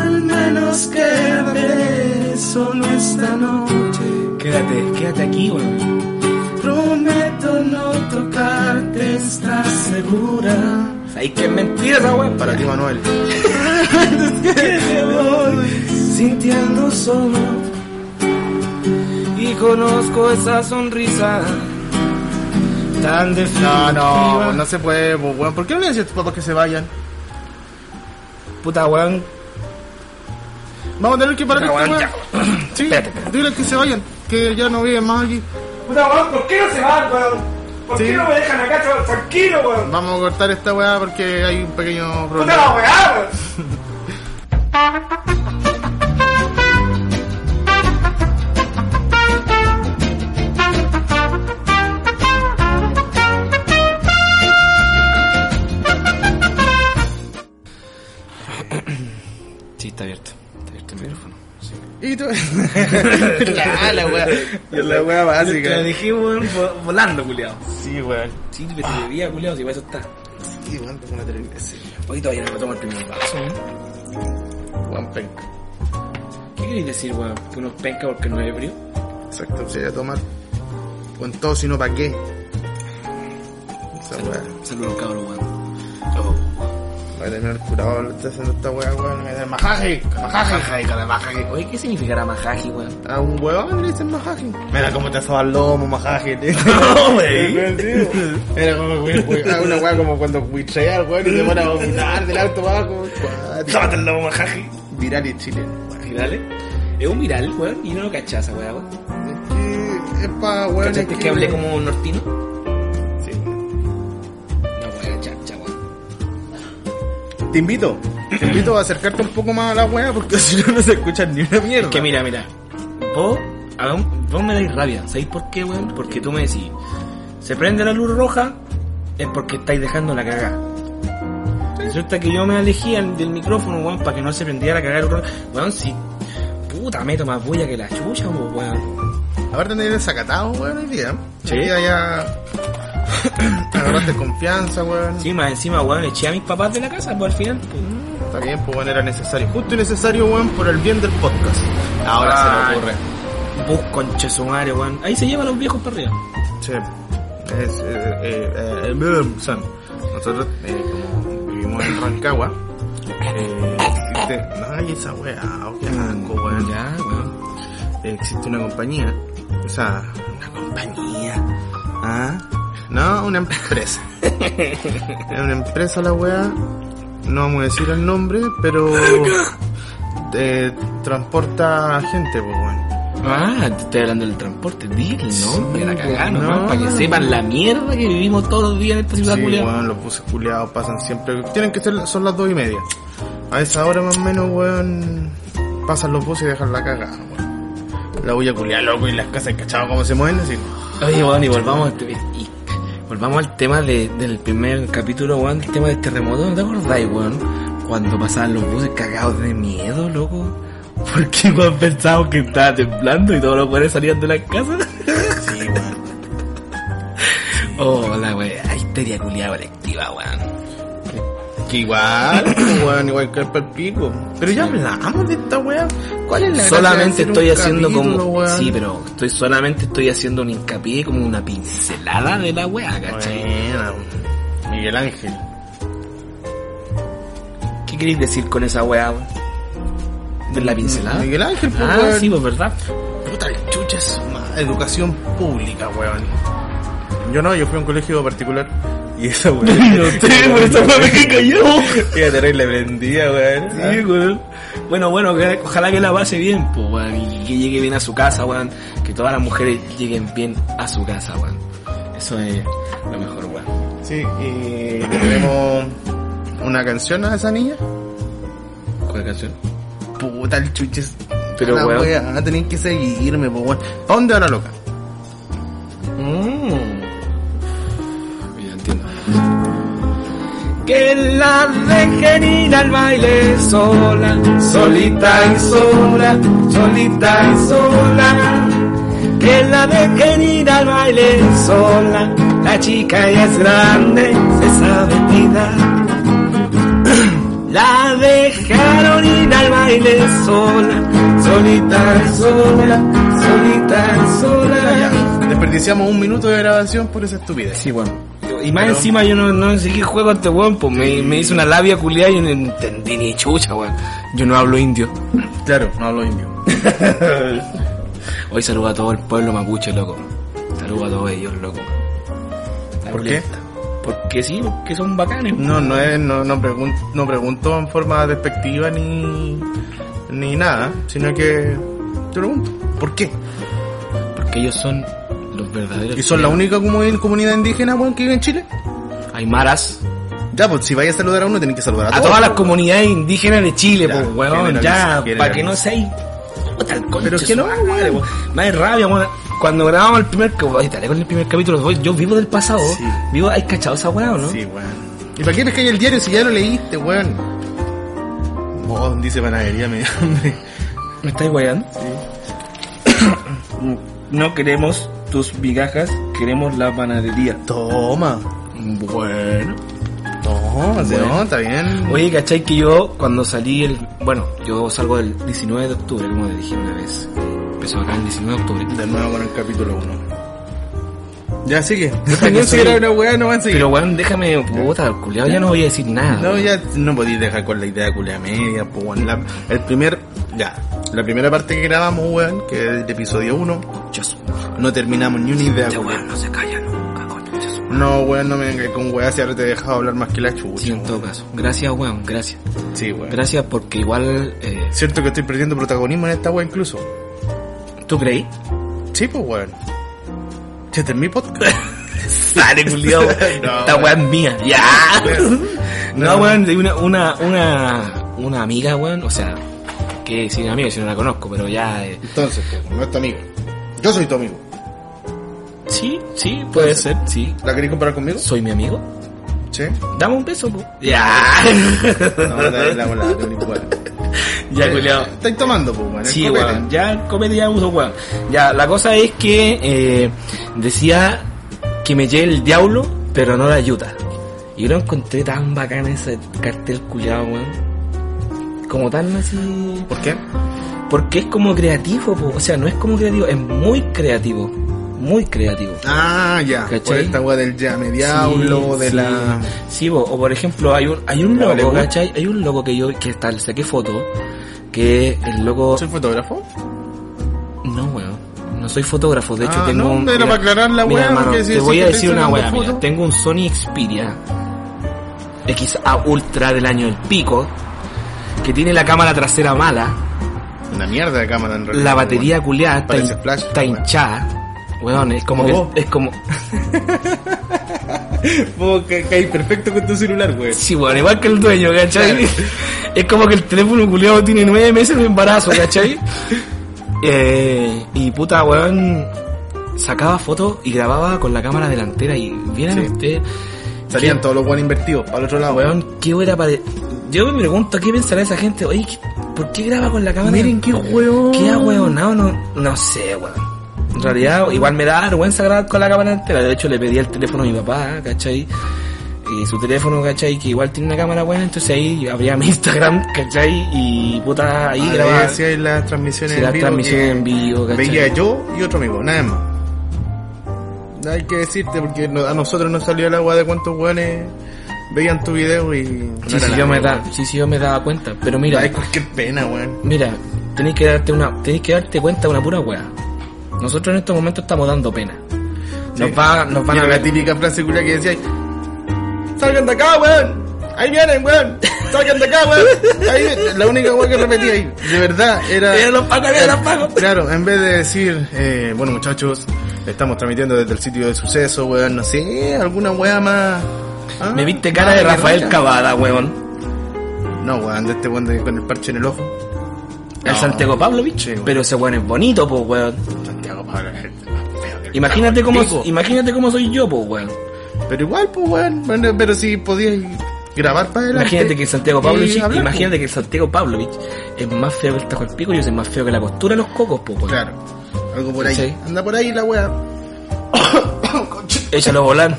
Speaker 7: Al menos quédate solo esta noche. Quédate, quédate aquí, weón. Prometo no tocarte, ¿estás segura? Ay, qué mentira esa weá.
Speaker 4: Para ti, Manuel.
Speaker 7: me voy sintiendo solo y conozco esa sonrisa tan de
Speaker 4: No, no, no se puede, pues, weón. ¿Por qué no le decís a tus papás que se vayan?
Speaker 7: Puta weón.
Speaker 4: Vamos a tener que parar
Speaker 7: Pero,
Speaker 4: esta
Speaker 7: weón,
Speaker 4: weá. Sí,
Speaker 7: Espérate, espérate.
Speaker 4: dile que se vayan, que ya no viven más aquí.
Speaker 7: Puta weón, ¿por qué no se van, weón? ¿Por
Speaker 4: Sí.
Speaker 7: qué no me dejan acá tra- tranquilo, weón?
Speaker 4: Vamos a cortar esta weá porque hay un pequeño
Speaker 7: Puta
Speaker 4: problema.
Speaker 7: la weá, weón. Sí, está abierto. Está abierto el micrófono.
Speaker 4: Y tú. la, la weá. La weá
Speaker 7: Te
Speaker 4: básica.
Speaker 7: lo dejé, weón, vo- volando, culiao.
Speaker 4: Sí, weón.
Speaker 7: Sí, que te bebía, culiao, si para eso está.
Speaker 4: Sí, weón, tengo una televisión.
Speaker 7: Hoy todavía no me tomo el primer vaso, weón.
Speaker 4: Weón penca.
Speaker 7: ¿Qué queréis decir, weón? Que uno penca porque no es ebrio.
Speaker 4: Exacto, sería tomar. Con todo, si no, ¿para qué? Esa weá.
Speaker 7: Saludos, cabrón, weón.
Speaker 4: Voy a terminar curado, lo está haciendo esta weá, weón. Me da el majaje. Majaje, cara, majaje.
Speaker 7: Oye, ¿qué significará majaji, weón?
Speaker 4: A un huevón le dicen majaje. Mira cómo te soba el lomo, majaje.
Speaker 7: No, wey.
Speaker 4: Era como güey, güey, ah, una weá como cuando huichea al weón y te van a vomitar del alto abajo.
Speaker 7: Tómate el lobo majaji.
Speaker 4: Viral y chile.
Speaker 7: Virales. Es un viral, weón, y no lo cachaza, weón.
Speaker 4: Es pa' weón.
Speaker 7: ¿Cachaste que hablé como nortino? No
Speaker 4: Sí.
Speaker 7: voy a cachar, weón.
Speaker 4: Te invito. Te invito a acercarte un poco más a la weá porque si no, no se escucha ni una mierda.
Speaker 7: Que mira, mira. Vos, a ver, vos me dais rabia. ¿Sabéis por qué, weón? Porque tú me decís, se prende la luz roja, es porque estáis dejando la cagada. Resulta que yo me alejé al- del micrófono, weón, para que no se prendiera la cagada. roja. Weón, si... Puta, meto más bulla que la chucha, weón.
Speaker 4: Aparte de desacatado, weón, hoy día.
Speaker 7: Sí.
Speaker 4: Hoy día ya. Agarraste confianza, weón.
Speaker 7: Sí, más encima, weón, eché a mis papás de la casa, pues al final. pues.
Speaker 4: Está bien, pues bueno, era necesario. Justo y necesario, weón, por el bien del podcast. Ahora se le
Speaker 7: Ay.
Speaker 4: ocurre.
Speaker 7: Bus conche su madre, weón. Ahí se llevan los viejos para arriba.
Speaker 4: Sí. Es, eh, eh, eh, mm, son. Nosotros, eh, como vivimos en Rancagua, eh, existe. Ay, esa weá, oh, qué asco, weón.
Speaker 7: Ya, weón.
Speaker 4: Eh, existe una compañía. O sea, una compañía. ¿Ah? No, una empresa. Es una empresa la weá. No vamos a decir el nombre, pero eh, transporta gente, pues, weón.
Speaker 7: Ah, te estoy hablando del transporte. Dile, ¿no? Para la cagada,
Speaker 4: no.
Speaker 7: nomás, para que sepan la mierda que vivimos todos los días en esta ciudad,
Speaker 4: Sí,
Speaker 7: culiao.
Speaker 4: weón, los buses culiados pasan siempre. Tienen que ser, son las dos y media. A esa hora más o menos, weón, pasan los buses y dejan la cagada, weón. La bulla culiada, loco, y las casas, cachado, cómo se mueven, así.
Speaker 7: Oye, weón, y volvamos, a este- y volvamos al tema de- del primer capítulo, weón, el tema del terremoto. ¿No te acordáis, weón? Cuando pasaban los buses cagados de miedo, loco. Porque, weón, pensábamos que estaba temblando y todos los weones salían de las casas.
Speaker 4: Sí, weón.
Speaker 7: Oh, la weón, histeria culiada colectiva, weón.
Speaker 4: Que igual, pues, weón, igual que el pa'l pico. Pero ya hablamos de esta weá. ¿Cuál es la gracia de
Speaker 7: solamente
Speaker 4: hacer un
Speaker 7: estoy haciendo
Speaker 4: capítulo,
Speaker 7: como
Speaker 4: weón?
Speaker 7: sí pero estoy solamente estoy haciendo un hincapié como una pincelada de la wea ¿cachai?
Speaker 4: Buena, Miguel Ángel.
Speaker 7: ¿qué queréis decir con esa wea weón? de la pincelada
Speaker 4: Miguel Ángel, pues,
Speaker 7: ah
Speaker 4: weón.
Speaker 7: sí pues verdad
Speaker 4: Puta que chucha su madre. Educación pública, weón. Yo no, yo fui a un colegio particular. Y esa weón. no
Speaker 7: sé, por esa weá me quedé callado.
Speaker 4: Era terrible prendida, weón.
Speaker 7: Sí, weón. Bueno, bueno, que- ojalá que la pase bien, pues, weón, y que llegue bien a su casa, weón, que todas las mujeres lleguen bien a su casa, weón. Eso es lo mejor, weón.
Speaker 4: Sí, y le tenemos una canción a esa niña.
Speaker 7: ¿Cuál canción?
Speaker 4: Puta el chuches.
Speaker 7: Pero,
Speaker 4: La
Speaker 7: weón.
Speaker 4: weá, tenés que seguirme, pues weón. ¿Para dónde va la loca?
Speaker 7: Mm. Ya entiendo. Que la dejen ir al baile sola, solita y sola, solita y sola. Que la dejen ir al baile sola, la chica ya es grande, se sabe cuidar. La dejaron ir al baile sola, solita y sola, solita y sola.
Speaker 4: Ya, desperdiciamos un minuto de grabación por esa estupidez.
Speaker 7: Sí, bueno. Y más
Speaker 4: Pero-
Speaker 7: encima yo no, no sé qué juego este weón, pues me, me hizo una labia culiada y yo no entendí ni chucha, weón. Yo no hablo indio.
Speaker 4: Claro, no hablo indio.
Speaker 7: Hoy saludo a todo el pueblo mapuche, loco. Saludo a todos ellos, loco.
Speaker 4: ¿Por qué?
Speaker 7: Porque sí, porque son bacanes.
Speaker 4: No, no es, no, no, pregun no pregunto en forma despectiva ni, ni nada, sino que te pregunto, ¿por qué?
Speaker 7: Porque ellos son los verdaderos.
Speaker 4: ¿Y son la única comu- comunidad indígena weón, que vive en Chile?
Speaker 7: Aymaras.
Speaker 4: Ya, pues si vais a saludar a uno, tenés que saludar a,
Speaker 7: A
Speaker 4: todos.
Speaker 7: todas las comunidades indígenas de Chile,
Speaker 4: Ya,
Speaker 7: pues, weón,
Speaker 4: generaliza,
Speaker 7: ya, para que
Speaker 4: generaliza.
Speaker 7: no seáis. Puta, el concha
Speaker 4: Pero es
Speaker 7: de
Speaker 4: que
Speaker 7: su
Speaker 4: no,
Speaker 7: madre,
Speaker 4: weón.
Speaker 7: weón. Me da rabia, weón. Cuando grabamos el primer capítulo, oye, dale con el primer capítulo, voy- yo vivo del pasado.
Speaker 4: Sí.
Speaker 7: Vivo, ¿hay cachado esa weá o no?
Speaker 4: Sí, weón. ¿Y para qué les cae el diario si ya lo leíste, weón? Vos, dice panadería, me dio hambre.
Speaker 7: ¿Me estáis guayando? no queremos tus migajas, queremos la panadería.
Speaker 4: Toma,
Speaker 7: Bueno.
Speaker 4: toma, se
Speaker 7: Bueno.
Speaker 4: nota bien.
Speaker 7: Oye, ¿cachai que yo cuando salí el... Bueno, yo salgo el 19 de octubre, como te dije una vez. Empezó acá el 19 de octubre.
Speaker 4: De nuevo con el capítulo 1. Ya sigue.
Speaker 7: que
Speaker 4: No, si
Speaker 7: soy-
Speaker 4: era una weá, no van a seguir.
Speaker 7: Pero weón, déjame, puta, culiado, ya no voy a decir nada.
Speaker 4: No,
Speaker 7: weón.
Speaker 4: ya no podéis dejar con la idea culia media, po, weón. La- el primer, ya, la primera parte que grabamos, weón, que es el episodio 1,
Speaker 7: Concha su-
Speaker 4: no terminamos ni una idea,
Speaker 7: Este
Speaker 4: culia.
Speaker 7: weón no se calla nunca, concha su-
Speaker 4: No, weón, no me vengas con weá si ahora te he dejado hablar más que la chucha.
Speaker 7: Sí, en todo caso. Gracias, weón, gracias.
Speaker 4: weón. Sí, weón.
Speaker 7: Gracias porque igual... Eh,
Speaker 4: Cierto que estoy perdiendo protagonismo en esta weá incluso.
Speaker 7: ¿Tú creí?
Speaker 4: Sí, pues, weón. Este es mi podcast.
Speaker 7: Sale, culiao. Esta weá es mía. Ya. No, weón, de una, una, una, una amiga, weón. O sea, que sin amiga, si no la conozco, pero ya. eh,
Speaker 4: Entonces, pues, no es tu amigo. Yo soy tu amigo.
Speaker 7: sí, sí, puede ser, sí.
Speaker 4: ¿La queréis comparar conmigo?
Speaker 7: Soy mi amigo.
Speaker 4: Sí.
Speaker 7: Dame un beso, po. Ya.
Speaker 4: No, dale la bola, tú ni weón.
Speaker 7: ya, culiao.
Speaker 4: Estáis tomando, pues, weón. el
Speaker 7: Sí,
Speaker 4: copete.
Speaker 7: weón. Ya comete ya uso, weón. Ya, la cosa es que eh, decía que me lleve el diablo, pero no la ayuda. Y yo lo encontré tan bacán ese cartel culiado, weón. Como tan así.
Speaker 4: ¿Por qué?
Speaker 7: Porque es como creativo, po. o sea, no es como creativo, es muy creativo. Muy creativo.
Speaker 4: Ah, ya.
Speaker 7: ¿Cachai?
Speaker 4: Por esta weá del llame diablo,
Speaker 7: Sí,
Speaker 4: de
Speaker 7: sí.
Speaker 4: la.
Speaker 7: Sí, po. o por ejemplo, hay un, hay un
Speaker 4: La
Speaker 7: loco,
Speaker 4: Hollywood.
Speaker 7: ¿cachai? Hay un loco que yo que está, le saqué foto, que el loco.
Speaker 4: ¿Soy fotógrafo?
Speaker 7: No, weón. No soy fotógrafo, de hecho
Speaker 4: Ah,
Speaker 7: tengo
Speaker 4: no,
Speaker 7: un.
Speaker 4: era para aclarar la
Speaker 7: mira,
Speaker 4: weá,
Speaker 7: hermano,
Speaker 4: porque si
Speaker 7: te
Speaker 4: decís
Speaker 7: voy
Speaker 4: que
Speaker 7: a
Speaker 4: estoy
Speaker 7: decir una
Speaker 4: sacando
Speaker 7: weá, mira.
Speaker 4: fotos.
Speaker 7: Tengo un Sony Xperia XA Ultra del año el pico, que tiene la cámara trasera mala.
Speaker 4: Una mierda de cámara en realidad.
Speaker 7: La batería culiada está,
Speaker 4: Parece
Speaker 7: hin-
Speaker 4: flash,
Speaker 7: está
Speaker 4: weón.
Speaker 7: hinchada. Weón, es como
Speaker 4: Como
Speaker 7: que, es como
Speaker 4: Vos Oh, ca- caí perfecto con tu celular, weón.
Speaker 7: sí, weón, igual que el dueño, ¿cachai?
Speaker 4: Claro.
Speaker 7: Es como que el teléfono culiado tiene nueve meses de embarazo, ¿cachai? eh, y puta weón sacaba fotos y grababa con la cámara delantera y vieran
Speaker 4: Sí.
Speaker 7: ustedes
Speaker 4: Salían
Speaker 7: ¿Qué?
Speaker 4: todos los weón invertidos para el otro lado,
Speaker 7: weón, qué hubiera para yo me pregunto qué pensará esa gente, oye, ¿qué- ¿por qué graba con la cámara?
Speaker 4: Miren qué weón.
Speaker 7: ¿Qué ha hueonado? No, no sé, weón. En realidad, igual me da vergüenza grabar con la cámara entera. De hecho, le pedí el teléfono a mi papá, ¿cachai? y su teléfono, ¿cachai? Que igual tiene una cámara buena, entonces ahí abría mi Instagram, ¿cachai? Y puta, ahí
Speaker 4: Ahí
Speaker 7: grababa
Speaker 4: hacía Ah, las transmisiones
Speaker 7: sí, las transmisiones
Speaker 4: que
Speaker 7: en vivo, ¿cachai?
Speaker 4: Veía yo y otro amigo, nada más. Nada hay que decirte porque no- a nosotros nos salió el agua de cuántos hueones veían tu video y... no
Speaker 7: Sí,
Speaker 4: era
Speaker 7: sí,
Speaker 4: la
Speaker 7: yo me
Speaker 4: misma.
Speaker 7: da, sí, sí, yo me daba cuenta, pero mira,
Speaker 4: Ay, cualquier pena, weón.
Speaker 7: mira, tenéis que darte una, tenéis que darte cuenta de una pura wea. Nosotros en estos momentos estamos dando pena. Nos
Speaker 4: Sí.
Speaker 7: va, nos van
Speaker 4: Mira
Speaker 7: a
Speaker 4: la
Speaker 7: ver.
Speaker 4: típica frase culia que decía ¡Salgan de acá, weón! ¡Ahí vienen, weón! ¡Salgan de acá, weón! Ahí, la única weón que repetía ahí, de verdad, era...
Speaker 7: Mira los pacos, mira los pacos.
Speaker 4: Claro, en vez de decir, eh, bueno muchachos, estamos transmitiendo desde el sitio de suceso, weón, no sé, alguna weá más... ah,
Speaker 7: Me viste cara de
Speaker 4: más
Speaker 7: Rafael
Speaker 4: guerrera.
Speaker 7: Cavada, weón.
Speaker 4: No, weón, de este weón de- con el parche en el ojo.
Speaker 7: El
Speaker 4: No.
Speaker 7: Santiago Pavlovich.
Speaker 4: Sí, weón.
Speaker 7: pero ese weón es bonito, pues weón.
Speaker 4: Santiago Pablo.
Speaker 7: Imagínate cómo,
Speaker 4: Pico.
Speaker 7: imagínate cómo soy yo, pues weón.
Speaker 4: Pero igual, pues weón, bueno, pero si podías grabar para adelante.
Speaker 7: Imagínate que el Santiago
Speaker 4: y
Speaker 7: Pavlovich,
Speaker 4: eh, hablar, pues.
Speaker 7: imagínate que el Santiago Pavlovich es más feo que el tajo del pico y es más feo que la costura de los cocos, pues weón.
Speaker 4: Claro, algo por ahí.
Speaker 7: Sí.
Speaker 4: Anda por ahí la weá.
Speaker 7: Échalo a volar.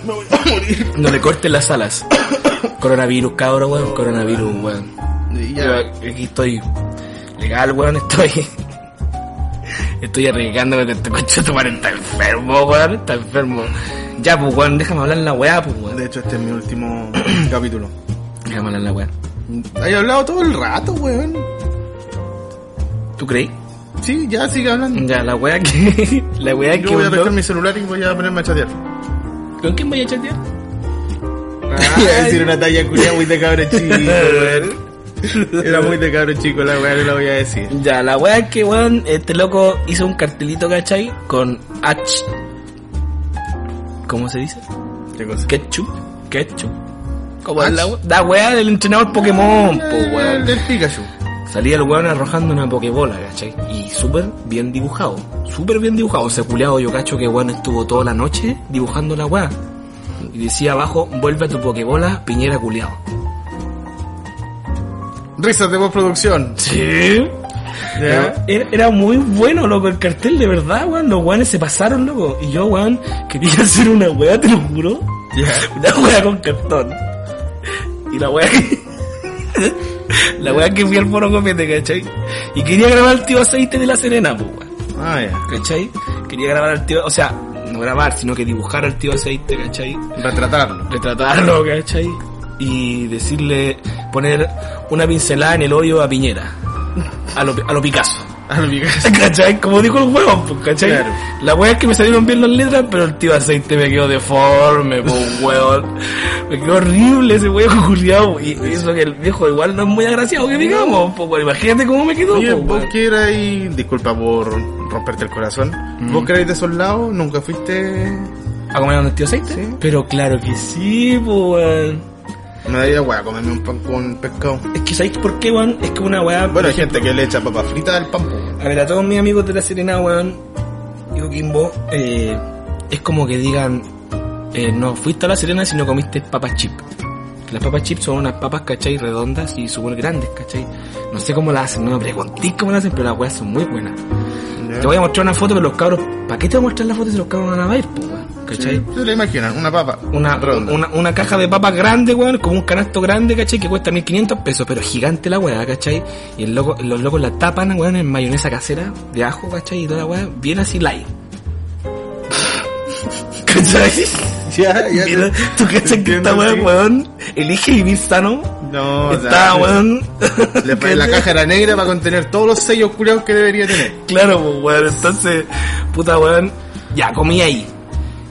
Speaker 7: No le corten las alas. coronavirus, cabrón, weón. Coronavirus, weón.
Speaker 4: Y
Speaker 7: Yo
Speaker 4: ya,
Speaker 7: aquí estoy legal, weón. Estoy. Estoy arriesgándome que este coche tu madre está enfermo, weón. Está enfermo. Ya, pues, weón, déjame hablar en la weá, pues, weón.
Speaker 4: de hecho, este es mi último capítulo.
Speaker 7: Déjame hablar en la weá.
Speaker 4: Hay hablado todo el rato, weón.
Speaker 7: ¿Tú creí?
Speaker 4: Sí, ya sigue hablando.
Speaker 7: Ya, la weá que. La weá
Speaker 4: Yo
Speaker 7: que.
Speaker 4: voy a
Speaker 7: voló-
Speaker 4: dejar mi celular y voy a ponerme a chatear.
Speaker 7: ¿Con quién voy a chatear?
Speaker 4: Voy a decir una talla culia muy de cabro chico, weón. Era muy de cabro chico la weá, no la voy a decir.
Speaker 7: Ya, la weá es que, weón, este loco hizo un cartelito, ¿cachai? Con H. ¿Cómo se dice?
Speaker 4: ¿Qué cosa?
Speaker 7: Ketchup. Ketchup. ¿Cómo es
Speaker 4: H.
Speaker 7: la weá? La weá del entrenador Pokémon, po,
Speaker 4: Ah, El
Speaker 7: weón.
Speaker 4: del Pikachu.
Speaker 7: Salía el weón arrojando una Pokébola, ¿cachai? Y súper bien dibujado. Súper bien dibujado. Se culeado yo cacho que weón estuvo toda la noche dibujando la weá. Y decía abajo, vuelve a tu Pokébola, Piñera culeado.
Speaker 4: Risas de postproducción.
Speaker 7: Sí.
Speaker 4: Ya.
Speaker 7: Era, era muy bueno, loco, el cartel, de verdad, weón. Los weones se pasaron, loco. Y yo, weón, quería hacer una weá, te lo juro. Una weá con cartón. Y la weá que... la weá que fui al foro copete, ¿cachai? Y quería grabar al tío aceite de la Serena, pues, weón.
Speaker 4: Ah, ya.
Speaker 7: ¿Cachai? Quería grabar al tío... O sea, no grabar, sino que dibujar al tío aceite, ¿cachai?
Speaker 4: Retratarlo.
Speaker 7: Retratarlo, ¿cachai? Y decirle... Poner una pincelada en el hoyo a Piñera. A lo, a lo Picasso.
Speaker 4: Al Pikachu.
Speaker 7: ¿Cachai? Como dijo el huevón, pues, ¿cachai?
Speaker 4: Claro.
Speaker 7: La wea es que me salieron bien las letras, pero el tío aceite me quedó deforme, pues, huevón. Me quedó horrible ese huevo culiado. Y eso que el viejo igual no es muy agraciado que digamos, pues, weón. imagínate cómo me quedó,
Speaker 4: Oye,
Speaker 7: po,
Speaker 4: vos
Speaker 7: weón.
Speaker 4: que erais, disculpa por romperte el corazón,
Speaker 7: Mm.
Speaker 4: vos que erais de esos lados, nunca fuiste,
Speaker 7: ¿A comer donde el tío aceite?
Speaker 4: Sí.
Speaker 7: Pero claro que sí, pues, weón.
Speaker 4: me daría hueá comerme un pan con pescado.
Speaker 7: Es que, ¿sabéis por qué, weón? Es que una weá.
Speaker 4: Bueno, hay gente que le echa papa frita al pan, po.
Speaker 7: A ver, a todos mis amigos de la Serena, weón, y Coquimbo, eh, es como que digan, eh, no fuiste a la Serena sino comiste papas chip. Que Las papas chip son unas papas, ¿cachai? Redondas y súper grandes, ¿cachai? No sé cómo las hacen, no me preguntéis cómo las hacen, pero las weas son muy buenas.
Speaker 4: Ya.
Speaker 7: Te voy a mostrar una foto, pero los cabros, ¿para qué te voy a mostrar la foto si los cabros no van a ver, po, weón? ¿Cachai?
Speaker 4: Sí, ¿Se le imaginan? Una papa.
Speaker 7: Una,
Speaker 4: redonda.
Speaker 7: una, una caja de papas grande, weón, como un canasto grande, ¿cachai? Que cuesta 1500 pesos, pero gigante la weá, ¿cachai? Y el loco, los locos la tapan, weón, en mayonesa casera, de ajo, ¿cachai? Y toda la weá, bien así light. ¿Cachai?
Speaker 4: Ya, ya.
Speaker 7: Mira, tú cachai que
Speaker 4: Entiendo,
Speaker 7: esta weá,
Speaker 4: sí.
Speaker 7: weón, elige vivir sano.
Speaker 4: No, o sea,
Speaker 7: Está, weón.
Speaker 4: le- le- la caja era negra para contener todos los sellos culiados que debería tener.
Speaker 7: Claro, pues, weón. Entonces, puta, weón. Ya, comí ahí.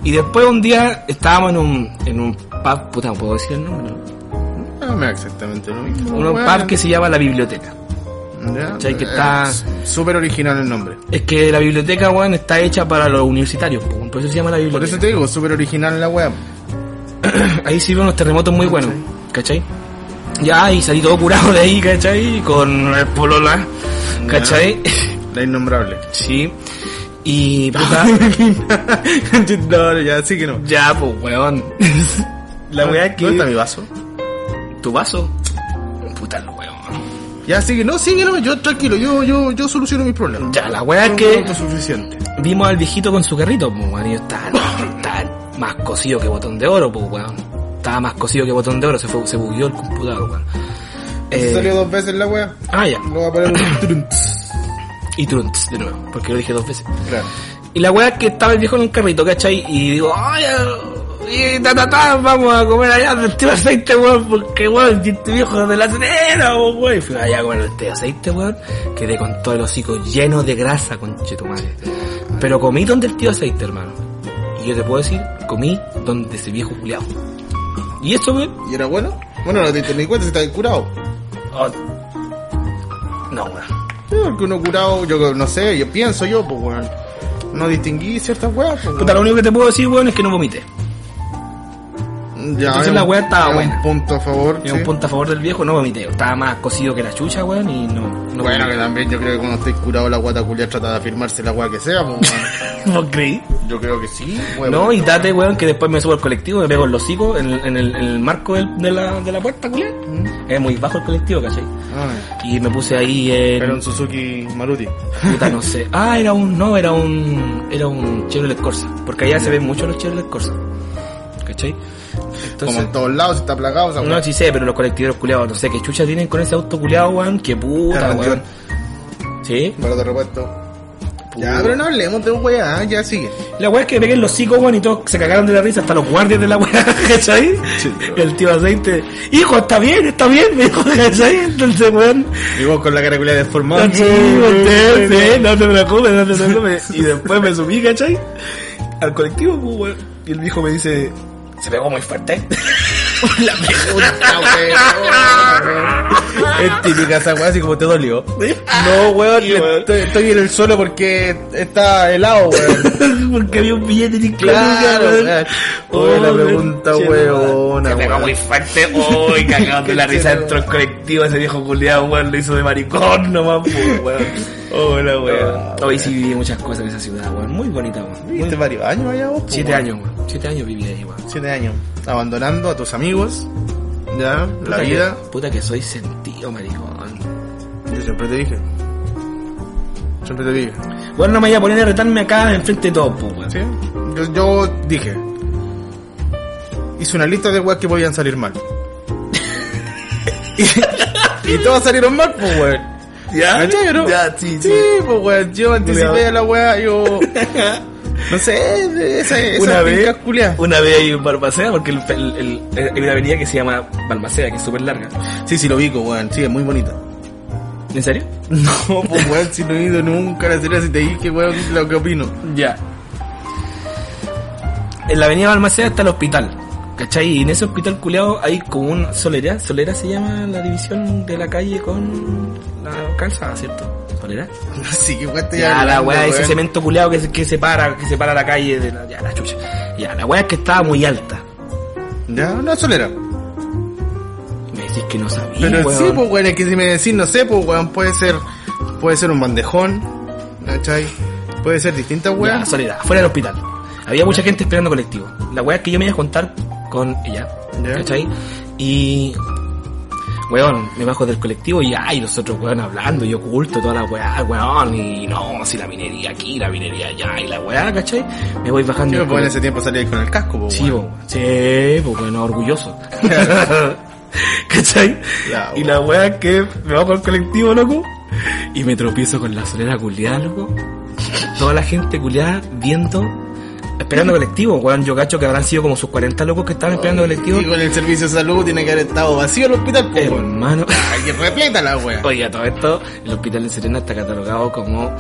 Speaker 7: Y después un día estábamos en un, en un pub, puta, ¿puedo decir el nombre? No.
Speaker 4: No me da exactamente lo mismo.
Speaker 7: un
Speaker 4: weón.
Speaker 7: pub que se llama La Biblioteca.
Speaker 4: Ya,
Speaker 7: ¿cachai? que
Speaker 4: eh,
Speaker 7: está-
Speaker 4: Súper original el nombre.
Speaker 7: Es que la biblioteca, weón, está hecha para los universitarios, po, por eso se llama la biblioteca.
Speaker 4: Por eso te digo, súper original la weá.
Speaker 7: Ahí sirven unos terremotos muy buenos, ¿cachai? Ya, y salí todo curado de ahí, ¿cachai? Con el polola, ¿cachai?
Speaker 4: La innombrable.
Speaker 7: Sí. Y puta,
Speaker 4: no, ya, sí que no.
Speaker 7: ya, pues, weón. La weá es que...
Speaker 4: ¿Dónde está mi vaso?
Speaker 7: ¿Tu vaso? Puta, no, weón.
Speaker 4: Ya, sigue, no, sigue, no, yo tranquilo, yo, yo, yo soluciono mis problemas.
Speaker 7: Ya, la weá es
Speaker 4: Soy
Speaker 7: que...
Speaker 4: un autosuficiente.
Speaker 7: Vimos al viejito con su carrito, pues, weón. Y yo estaba, estaba más cocido que botón de oro, pues, weón. estaba más cosido que botón de oro, se fue, se bugueó el computador, weón. Eh,
Speaker 4: Salió dos veces la wea.
Speaker 7: ah, ya.
Speaker 4: Lo voy a poner un trunts.
Speaker 7: Y Trunts, de nuevo, porque lo dije dos veces.
Speaker 4: Claro.
Speaker 7: Y la weá es que estaba el viejo en un carrito, ¿cachai? Y digo, ay, ay, ta, ta, ta, vamos a comer allá del tío aceite, weón, porque weón, y este viejo es de la cenera, weón. Y fui allá a comer el tío aceite, weón, quedé con todo el hocico lleno de grasa, conchetumare. Pero comí donde el tío aceite, hermano. Y yo te puedo decir, comí donde ese viejo culiao. Y eso, weón,
Speaker 4: ¿Y era bueno? Bueno, no te diste ni cuenta si estás curado.
Speaker 7: oh, no, weón.
Speaker 4: Sí, Porque uno curado, yo no sé, yo pienso yo, pues weón. No distinguí ciertas weas, pues,
Speaker 7: Puta,
Speaker 4: weón.
Speaker 7: lo único que te puedo decir, weón, es que no vomité.
Speaker 4: Ya,
Speaker 7: Entonces
Speaker 4: es
Speaker 7: la
Speaker 4: un-
Speaker 7: wea estaba
Speaker 4: es
Speaker 7: buena.
Speaker 4: un punto a favor.
Speaker 7: Tiene un
Speaker 4: sí.
Speaker 7: punto a favor del viejo, no vomité. Estaba más cocido que la chucha, weón, y no. no
Speaker 4: Bueno, que también yo creo que cuando estés curado la guata culia trata de afirmarse la wea que sea, pues weón.
Speaker 7: ¿Vos creí?
Speaker 4: Yo creo que sí, weón.
Speaker 7: No, y date, weón, que después me subo al colectivo, me pego el hocico en, el- en el, en el marco del- de, la, de la puerta, culiá.
Speaker 4: Mm.
Speaker 7: Es muy bajo el colectivo, ¿cachai?
Speaker 4: Ay,
Speaker 7: Y me puse ahí en...
Speaker 4: Era un Suzuki Maruti.
Speaker 7: Puta, no sé. Ah, era un... No, era un... Era un Chevrolet Corsa. Porque allá se ven mucho los Chevrolet Corsa. ¿Cachai?
Speaker 4: Como
Speaker 7: Entonces...
Speaker 4: en todos lados está plagado esa
Speaker 7: No,
Speaker 4: wea.
Speaker 7: sí sé, pero los colectiveros culiados, no sé qué chucha tienen con ese auto culiado, weón. Que
Speaker 4: Te
Speaker 7: puta,
Speaker 4: arrendió.
Speaker 7: weón. ¿Sí?
Speaker 4: Barato repuesto. Ya, pero no hablemos de weá, ya sigue.
Speaker 7: La weá es que pegué en los hocico, weón, y todos se cagaron de la risa, hasta los guardias de la weá, ¿cachai? Y el tío aceite, hijo, está bien, está bien, me dijo, ¿cachai? Entonces, weón,
Speaker 4: Y vos con la cara culia deformada.
Speaker 7: Ah, sí, usted, sí, no te preocupes, no te preocupes. Y después me subí, ¿cachai? Al colectivo, pues, weón, y el viejo me dice, se pegó muy fuerte. la
Speaker 4: Puta, weón. Es típica esa weá, así como te dolió.
Speaker 7: Ah.
Speaker 4: No, weón, Estoy, estoy en el suelo porque está helado, weón.
Speaker 7: Porque había un billete de
Speaker 4: Claro, weón. Oye, la pregunta, weón.
Speaker 7: Se pegó muy fuerte, uy, cagado de la risa dentro del colectivo, ese viejo culiado, weón, lo hizo de maricón nomás, pues, weón. Hola, weón. Hoy sí viví muchas cosas en esa ciudad, weón. Muy bonita, weón. Muy-
Speaker 4: ¿Viste varios años allá vos? po,
Speaker 7: Siete
Speaker 4: weón?
Speaker 7: años, weón. Siete años viví ahí, weón.
Speaker 4: Siete años. Abandonando a tus amigos. Ya, la
Speaker 7: Puta que-
Speaker 4: vida.
Speaker 7: Puta que soy sentido, maricón.
Speaker 4: Yo siempre te dije. Siempre te dije.
Speaker 7: Weón, no me voy a poner a retarme acá enfrente de todos, pues, weón.
Speaker 4: ¿Sí? Yo, yo dije. Hice una lista de weas que podían salir mal. y, y todas salieron mal, pues weón.
Speaker 7: ¿Ya?
Speaker 4: ¿Cachai, no?
Speaker 7: Ya, sí, sí.
Speaker 4: Sí, pues weón. Yo anticipé
Speaker 7: Culeado.
Speaker 4: a la wea, yo. No sé, esa, esa
Speaker 7: Una vez-
Speaker 4: pinca culia.
Speaker 7: Una vez ahí en Balmaceda, porque el, el- el- hay una avenida que se llama Balmaceda, que es súper larga.
Speaker 4: Sí, sí, lo vi, pues, weón. Sí, es muy bonita.
Speaker 7: ¿En serio?
Speaker 4: No, pues weón, si no he ido nunca a la serie, si te dije, weón, lo que opino.
Speaker 7: Ya. En la avenida Balmaceda está el hospital. ¿Cachai? Y en ese hospital culeado hay como un solera. Solera se llama la división de la calle con la calzada, ¿cierto? Solera.
Speaker 4: Así que weón, te
Speaker 7: Ya, la weá, ese cemento culeado que, se- que separa, que separa la calle de la, ya, la chucha. Ya, la weá es que estaba muy alta.
Speaker 4: Ya, una solera.
Speaker 7: Me decís que no sabía.
Speaker 4: Pero
Speaker 7: weón.
Speaker 4: sí, pues weón, es que si me decís, no sé, pues weón, puede ser, puede ser un bandejón, ¿cachai? Puede ser distintas
Speaker 7: Ya,
Speaker 4: weas.
Speaker 7: soledad, fuera del hospital. Había mucha gente esperando colectivo. La weá es que yo me iba a contar con ella.
Speaker 4: Ya.
Speaker 7: ¿Cachai? Y. Weón, me bajo del colectivo y ay, los otros weón hablando, yo oculto toda la weá, weón, y no, si la minería aquí, la minería allá, y la weá, ¿cachai? Me voy bajando.
Speaker 4: Sí, pues
Speaker 7: del
Speaker 4: en
Speaker 7: colectivo.
Speaker 4: ese tiempo salía con el casco, pues
Speaker 7: Sí,
Speaker 4: weón.
Speaker 7: po, sí, po, bueno, orgulloso. ¿Cachai?
Speaker 4: La
Speaker 7: y la wea es que me bajo al colectivo, loco, y me tropiezo con la solera culiada, loco. Toda la gente culiada viendo, esperando colectivo, weón. Yo cacho que habrán sido como sus 40 locos que estaban esperando colectivo.
Speaker 4: Y con el servicio de salud tiene que haber estado vacío el hospital,
Speaker 7: Eh.
Speaker 4: pues weón.
Speaker 7: Hermano.
Speaker 4: Hay que repleta la wea.
Speaker 7: Oiga, todo esto, el hospital de Serena está catalogado como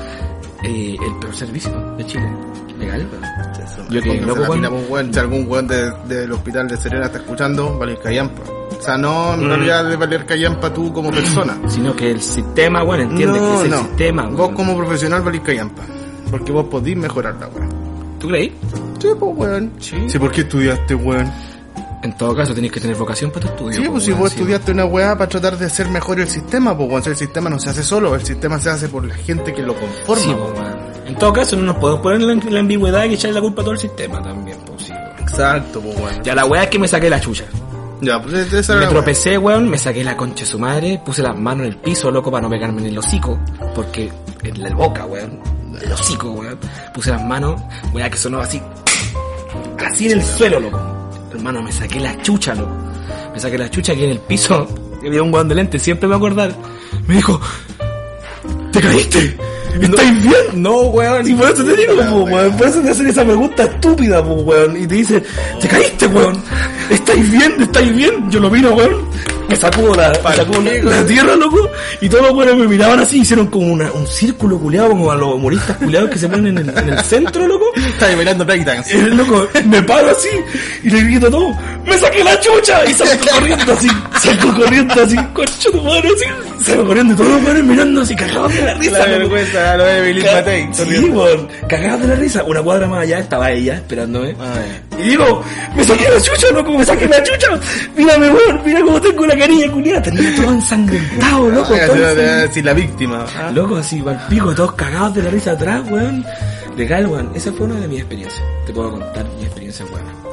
Speaker 7: eh, el peor servicio de Chile. Legal, weón. Yo que
Speaker 4: Pónganse
Speaker 7: loco,
Speaker 4: la pila,
Speaker 7: weón.
Speaker 4: pues, weón. Si algún weón de- del hospital de Serena está escuchando, Valer Callampa. pues. O sea, no
Speaker 7: Mm.
Speaker 4: en realidad de Valer Callampa tú como persona.
Speaker 7: Sino que el sistema, weón, entiende que es el sistema, weón.
Speaker 4: Vos como profesional valís callampa. Porque vos podís mejorar la weón.
Speaker 7: ¿Tú creí?
Speaker 4: Sí, pues weón.
Speaker 7: Sí.
Speaker 4: Sí, ¿por qué estudiaste, weón?
Speaker 7: En todo caso, tenés que tener vocación para tu estudio.
Speaker 4: Sí,
Speaker 7: po,
Speaker 4: pues si
Speaker 7: weón,
Speaker 4: vos
Speaker 7: sí.
Speaker 4: estudiaste una weá para tratar de hacer mejor el sistema, pues weón. Si El sistema no se hace solo, el sistema se hace por la gente que lo conforma.
Speaker 7: Sí, po,
Speaker 4: po.
Speaker 7: weón. En todo caso, no nos podemos poner en la, en la ambigüedad y echarle la culpa a todo el sistema también, po, sí, weón.
Speaker 4: Exacto, pues weón.
Speaker 7: Ya la weá es que me saqué la chucha.
Speaker 4: Ya, pues esa era
Speaker 7: Me
Speaker 4: la weá.
Speaker 7: tropecé, weón, me saqué la concha de su madre, puse las manos en el piso, loco, para no pegarme en el hocico, porque en la boca, weón, el hocico, weón, puse las manos, weá, que sonó así, así en el suelo, loco. hermano, me saqué la chucha, loco. Me saqué la chucha aquí en el piso. Y había un weón delante, siempre me voy a acordar. Me dijo, ¿te caíste? ¿Estáis bien?
Speaker 4: No, weón.
Speaker 7: Y por eso te digo, po, weón. Por eso te hacen esa pregunta estúpida, po, weón. Y te dicen, ¿te caíste, weón? ¿Estáis bien? ¿Estáis bien? Yo lo miro, weón. Me sacudo la, me sacudo la- la tierra, loco. Y todos los weones me miraban así. Hicieron como una, un círculo culeado, como a los humoristas culeados que se ponen en el, en el centro, loco.
Speaker 4: Estás bailando breakdance.
Speaker 7: Y el loco, me paro así. Y le grito todo, ¡me saqué la chucha! Y salgo corriendo así. Salgo corriendo así. Concha tu madre, así. Salgo corriendo y todos los weones mirando así, cagados de la risa,
Speaker 4: La
Speaker 7: loco.
Speaker 4: vergüenza, lo de Billy
Speaker 7: Ca-
Speaker 4: Matei.
Speaker 7: Sí, weón. Cagados de la risa. Una cuadra más allá estaba ella esperándome.
Speaker 4: Ay.
Speaker 7: Y digo, me saqué la chucha, loco, me saqué la chucha. Mírame, weón, mira cómo tengo la carilla culiada. Tenía todo ensangrentado,
Speaker 4: Ay, así
Speaker 7: loco. todo
Speaker 4: no te va a
Speaker 7: ensangrentado.
Speaker 4: decir la víctima. Ah.
Speaker 7: Loco, así, al pico, todos cagados de la risa atrás, weón. Legal, weón. Esa fue una de mis experiencias. Te puedo contar mis experiencias, weón.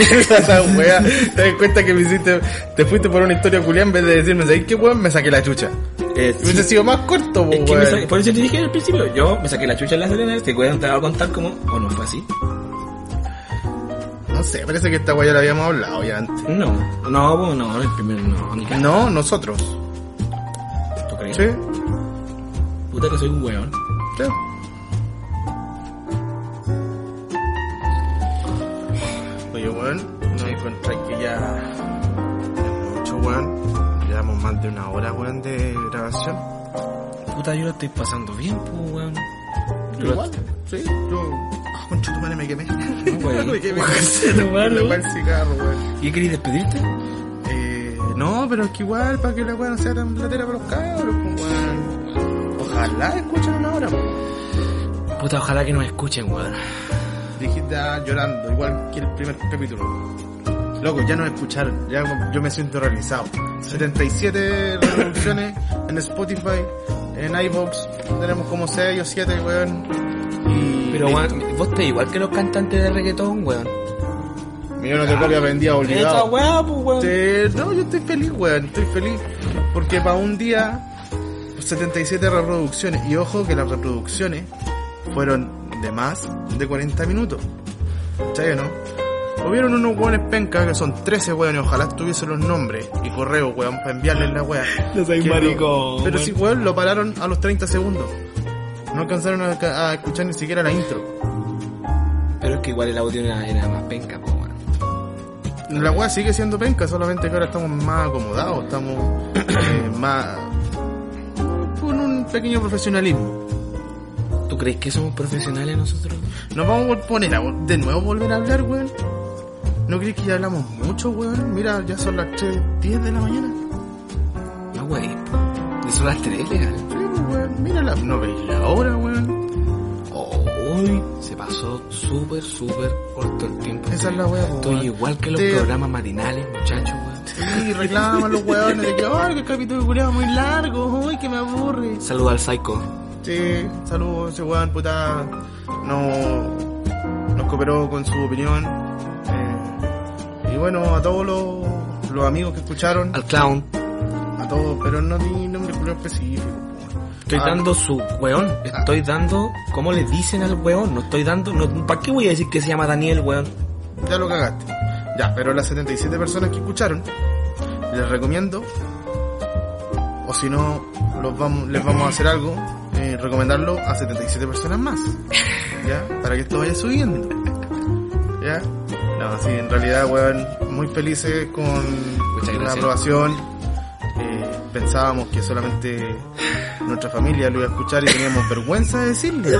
Speaker 4: Esa weá, te das cuenta que me hiciste, te fuiste por una historia culián en vez de decirme, ¿sabes qué weón? Me saqué la chucha.
Speaker 7: Eh,
Speaker 4: Hubiese sido más corto, po,
Speaker 7: Es que me sa-
Speaker 4: weón.
Speaker 7: por eso te dije al principio, yo me saqué la chucha en la Serena, te weón, te voy a contar cómo, o no fue así.
Speaker 4: No sé, parece que esta weá ya la habíamos hablado ya antes.
Speaker 7: No, no, weón, no, el primer no, ni cagando,
Speaker 4: No, nosotros.
Speaker 7: ¿tú crees?
Speaker 4: Sí,
Speaker 7: Puta que soy un weón.
Speaker 4: sí. Oye, weón, no encontré que ya es mucho, weón. Llevamos más de una hora, weón, de grabación.
Speaker 7: Puta, yo lo estoy pasando bien, pues, weón. Yo lo-
Speaker 4: Igual, sí, yo... Ah, Concha, tu madre me quemé.
Speaker 7: güey.
Speaker 4: me quemé.
Speaker 7: Concha tu madre,
Speaker 4: Me
Speaker 7: güey.
Speaker 4: fue el cigarro, weón.
Speaker 7: ¿Y querés despedirte?
Speaker 4: Eh, no, pero es que igual, para que la weá no sea tan platera para los cabros, pues, weón. Ojalá escuchen una hora, pues.
Speaker 7: Puta, ojalá que nos escuchen, weón.
Speaker 4: Dijiste ah, llorando, igual que el primer capítulo. Loco, ya nos escucharon, ya como- yo me siento realizado. 77 reproducciones en Spotify, en iVoox, tenemos como 6 o 7, weón. Y
Speaker 7: Pero,
Speaker 4: listo.
Speaker 7: weón, vos te igual que los cantantes de reggaetón, weón.
Speaker 4: millones de copias vendidas
Speaker 7: Esa
Speaker 4: obligadas.
Speaker 7: weá, pues, weón.
Speaker 4: Este, no, yo estoy feliz, weón, estoy feliz. Porque para un día, 77 reproducciones. Y ojo que las reproducciones fueron de más de 40 minutos. ¿Cachai o no? Hubieron unos weones pencas que son 13 weones, ojalá tuviesen los nombres y correo, weón, para enviarles la weá.
Speaker 7: No soy
Speaker 4: Que
Speaker 7: maricón,
Speaker 4: Pero
Speaker 7: weón.
Speaker 4: si, weón, lo pararon a los 30 segundos. No alcanzaron a, a escuchar ni siquiera la intro.
Speaker 7: Pero es que igual el audio era, era más penca, pues, weón.
Speaker 4: La weá sigue siendo penca, solamente que ahora estamos más acomodados, estamos eh, más con un pequeño profesionalismo.
Speaker 7: ¿Tú crees que somos profesionales nosotros?
Speaker 4: Nos vamos a poner a vol- de nuevo volver a hablar, weón. ¿No crees que ya hablamos mucho, weón? Mira, ya son las 3.10 de la mañana.
Speaker 7: No, wey. De son las tres, legal.
Speaker 4: Sí, pues, weón, mira, la, no veis la hora, weón.
Speaker 7: Oh, uy, se pasó súper, súper corto el tiempo.
Speaker 4: Esa es la weá, pues,
Speaker 7: Estoy
Speaker 4: weón.
Speaker 7: igual que los
Speaker 4: Te-
Speaker 7: programas matinales, muchachos, weón.
Speaker 4: Sí, reclaman los weones de que, ay, que el capítulo culiado muy largo, ay, que me aburre.
Speaker 7: Saluda al psycho.
Speaker 4: Sí, saludos, ese weón, puta. No, nos cooperó con su opinión. Eh, y bueno, a todos los, los amigos que escucharon,
Speaker 7: Al clown.
Speaker 4: a todos, pero no di nombre culiao específico.
Speaker 7: Estoy
Speaker 4: Ah.
Speaker 7: dando su weón, estoy dando, ¿cómo le dicen al weón? No estoy dando, no, ¿para qué voy a decir que se llama Daniel weón?
Speaker 4: Ya lo cagaste. Ya, pero las 77 personas que escucharon, les recomiendo, o si no, los vamos, les vamos a hacer algo, eh, recomendarlo a 77 personas más. ¿Ya? Para que esto vaya subiendo. ¿Ya? No, sí, en realidad, weón, muy felices con la
Speaker 7: gracias.
Speaker 4: aprobación. Eh, pensábamos que solamente nuestra familia lo iba a escuchar y teníamos vergüenza de decirle.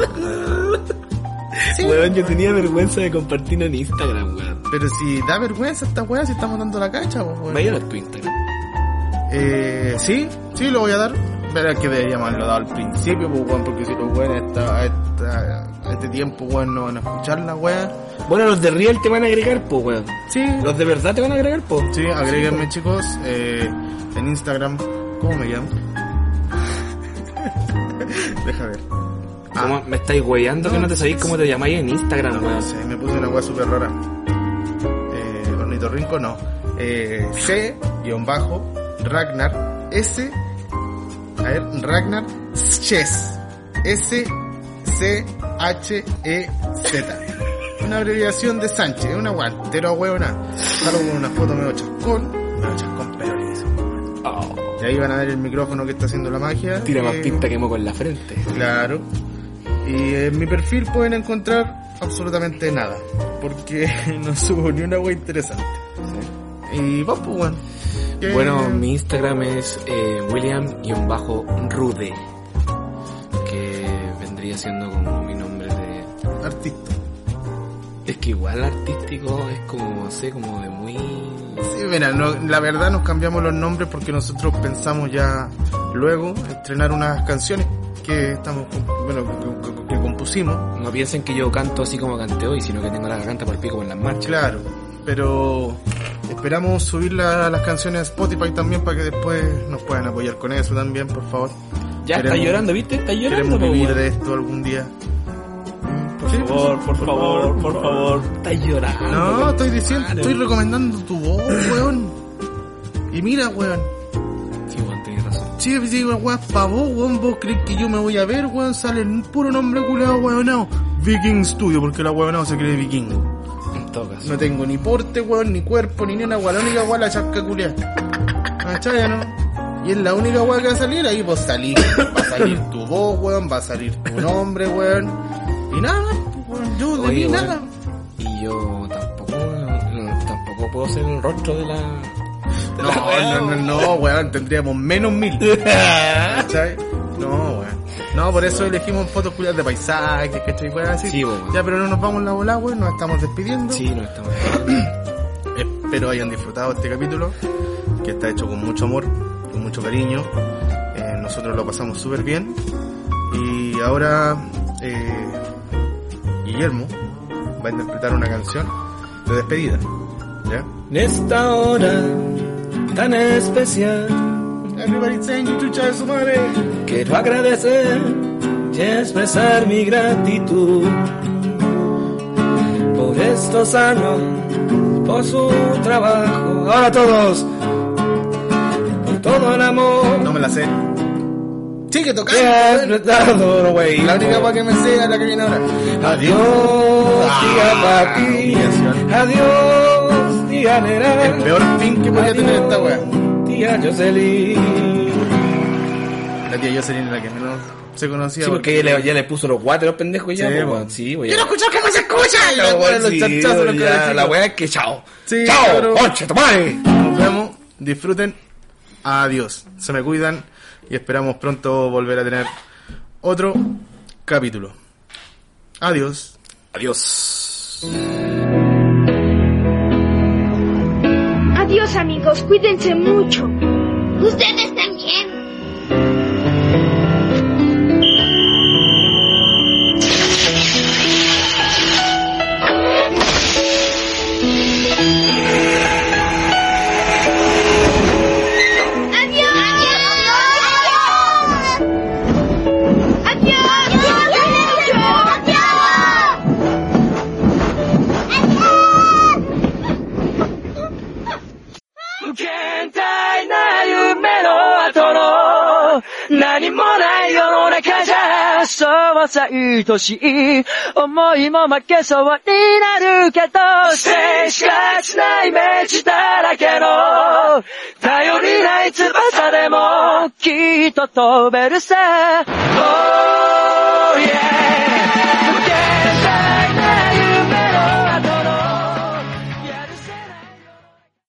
Speaker 4: Sí,
Speaker 7: yo tenía vergüenza de compartir en Instagram weón.
Speaker 4: pero si da vergüenza esta weá, si estamos dando la cacha, po, weón.
Speaker 7: Vaya a tu Instagram.
Speaker 4: Eh, sí, sí, lo voy a dar. Pero es que deberíamos haberlo dado al principio, pues, weón, porque si los weones esta- a esta- a este tiempo, weón, no van a escuchar la weá.
Speaker 7: Bueno, los de Real te van a agregar, po weón.
Speaker 4: Sí,
Speaker 7: Los de verdad te van a agregar, po.
Speaker 4: sí, agréguenme, chicos, eh, en Instagram. ¿Cómo me llamo? Deja ver. Ah.
Speaker 7: ¿Cómo me estáis weyando que no te sabéis cómo te llamáis en Instagram,
Speaker 4: No
Speaker 7: weón?
Speaker 4: sé, eh, me puse una weá súper rara. Eh, ornitorrinco, no. Eh, C, guión bajo, Ragnar, S, a ver, Ragnar, Chess. S, C, H, E, Z. una abreviación de Sánchez, una guantera huevona. Salgo con una foto medio chascón, medio chascón pero le hizo. Y ahí van a ver el micrófono que está haciendo la magia.
Speaker 9: Oh. Tira más
Speaker 4: eh,
Speaker 9: pinta que moco en la frente.
Speaker 4: Claro. Y en mi perfil pueden encontrar absolutamente nada. Porque no subo ni una wea interesante. Y vos, pues, weón. ¿Qué-
Speaker 9: Bueno, mi Instagram es eh, William-Rude, que vendría siendo como mi nombre de...
Speaker 4: Artista.
Speaker 9: Es que igual artístico es como, no sé, como de muy...
Speaker 4: Sí, mira, no- la verdad nos cambiamos los nombres porque nosotros pensamos ya luego estrenar unas canciones que estamos, con- bueno, que, que- que compusimos.
Speaker 9: No piensen que yo canto así como canté hoy, sino que tengo la garganta para el pico en las marchas.
Speaker 4: Claro, pero esperamos subir la- las canciones a Spotify también para que después nos puedan apoyar con eso también, por favor.
Speaker 7: Ya está
Speaker 4: Queremos-
Speaker 7: llorando, ¿viste? Está llorando,
Speaker 4: Queremos
Speaker 7: po,
Speaker 4: vivir
Speaker 7: weón.
Speaker 4: de esto algún día.
Speaker 7: Por favor, por favor, por favor. Está llorando.
Speaker 4: No, estoy diciendo,
Speaker 7: Claro.
Speaker 4: estoy recomendando tu voz, weón. Y mira, weón.
Speaker 9: Sí, bueno, tenés razón.
Speaker 4: Sí, sí, weón, pa' vos, weón, vos crees que yo me voy a ver, weón, sale un puro nombre culeado, weonao. Viking Studio, porque la weonao se cree vikingo.
Speaker 9: En todo caso.
Speaker 4: No tengo ni porte, weón, ni cuerpo, ni nada, weón, la única weón la chasca culeada. ¿Cachai, o no? Y es la única weón que va a salir, ahí vos salís. Va a salir tu voz, weón, va a salir tu nombre, weón. Y nada, weón, yo de
Speaker 9: Oye,
Speaker 4: mí
Speaker 9: weón,
Speaker 4: nada.
Speaker 9: Y yo tampoco, no, tampoco puedo ser el rostro de la...
Speaker 4: No, no, no, no, weón, tendríamos menos mil. ¿Cachai? No, weón. No, por eso elegimos fotos culiadas de paisajes, ¿cachai? Weón, así.
Speaker 9: Sí, weón.
Speaker 4: Ya, pero no nos vamos en la bola, weón, nos estamos despidiendo.
Speaker 9: Sí, no estamos...
Speaker 4: Espero hayan disfrutado este capítulo, que está hecho con mucho amor, con mucho cariño. Eh, nosotros lo pasamos súper bien. Y ahora, eh, Guillermo va a interpretar una canción de despedida. ¿Ya?
Speaker 7: En esta hora tan especial,
Speaker 4: Everybody saying you chucha de su madre.
Speaker 7: quiero agradecer y expresar mi gratitud por estos años, por su trabajo. Ahora todos, por todo el amor.
Speaker 4: No me la sé. Sigue tocando.
Speaker 7: que has prestado, güey.
Speaker 4: La única weá que me sé es la que viene ahora. Ah,
Speaker 7: Adiós, tía Pati.
Speaker 4: humillación.
Speaker 7: Adiós, tía Nera.
Speaker 4: El peor fin que podía tener esta weá.
Speaker 7: Tía Jocelyn.
Speaker 4: La tía Jocelyn, la que menos se conocía.
Speaker 7: Sí, porque ya le, ya le puso los guates a los pendejos ya,
Speaker 4: Sí,
Speaker 7: pues,
Speaker 4: po.
Speaker 7: weón. Sí, güey.
Speaker 4: ¡Quiero
Speaker 7: ya.
Speaker 4: escuchar cómo se escucha! Y la weá de los
Speaker 7: Sí,
Speaker 4: chachazos, los
Speaker 7: ya,
Speaker 4: cabros
Speaker 7: La
Speaker 4: chicos.
Speaker 7: weá es que chao.
Speaker 4: Sí,
Speaker 7: chao,
Speaker 4: claro.
Speaker 7: concha tu madre.
Speaker 4: Nos vemos, disfruten. Adiós. Se me cuidan y esperamos pronto volver a tener otro capítulo. Adiós.
Speaker 10: Adiós amigos, cuídense mucho. Ustedes también.
Speaker 11: きっと飛べるさ Oh yeah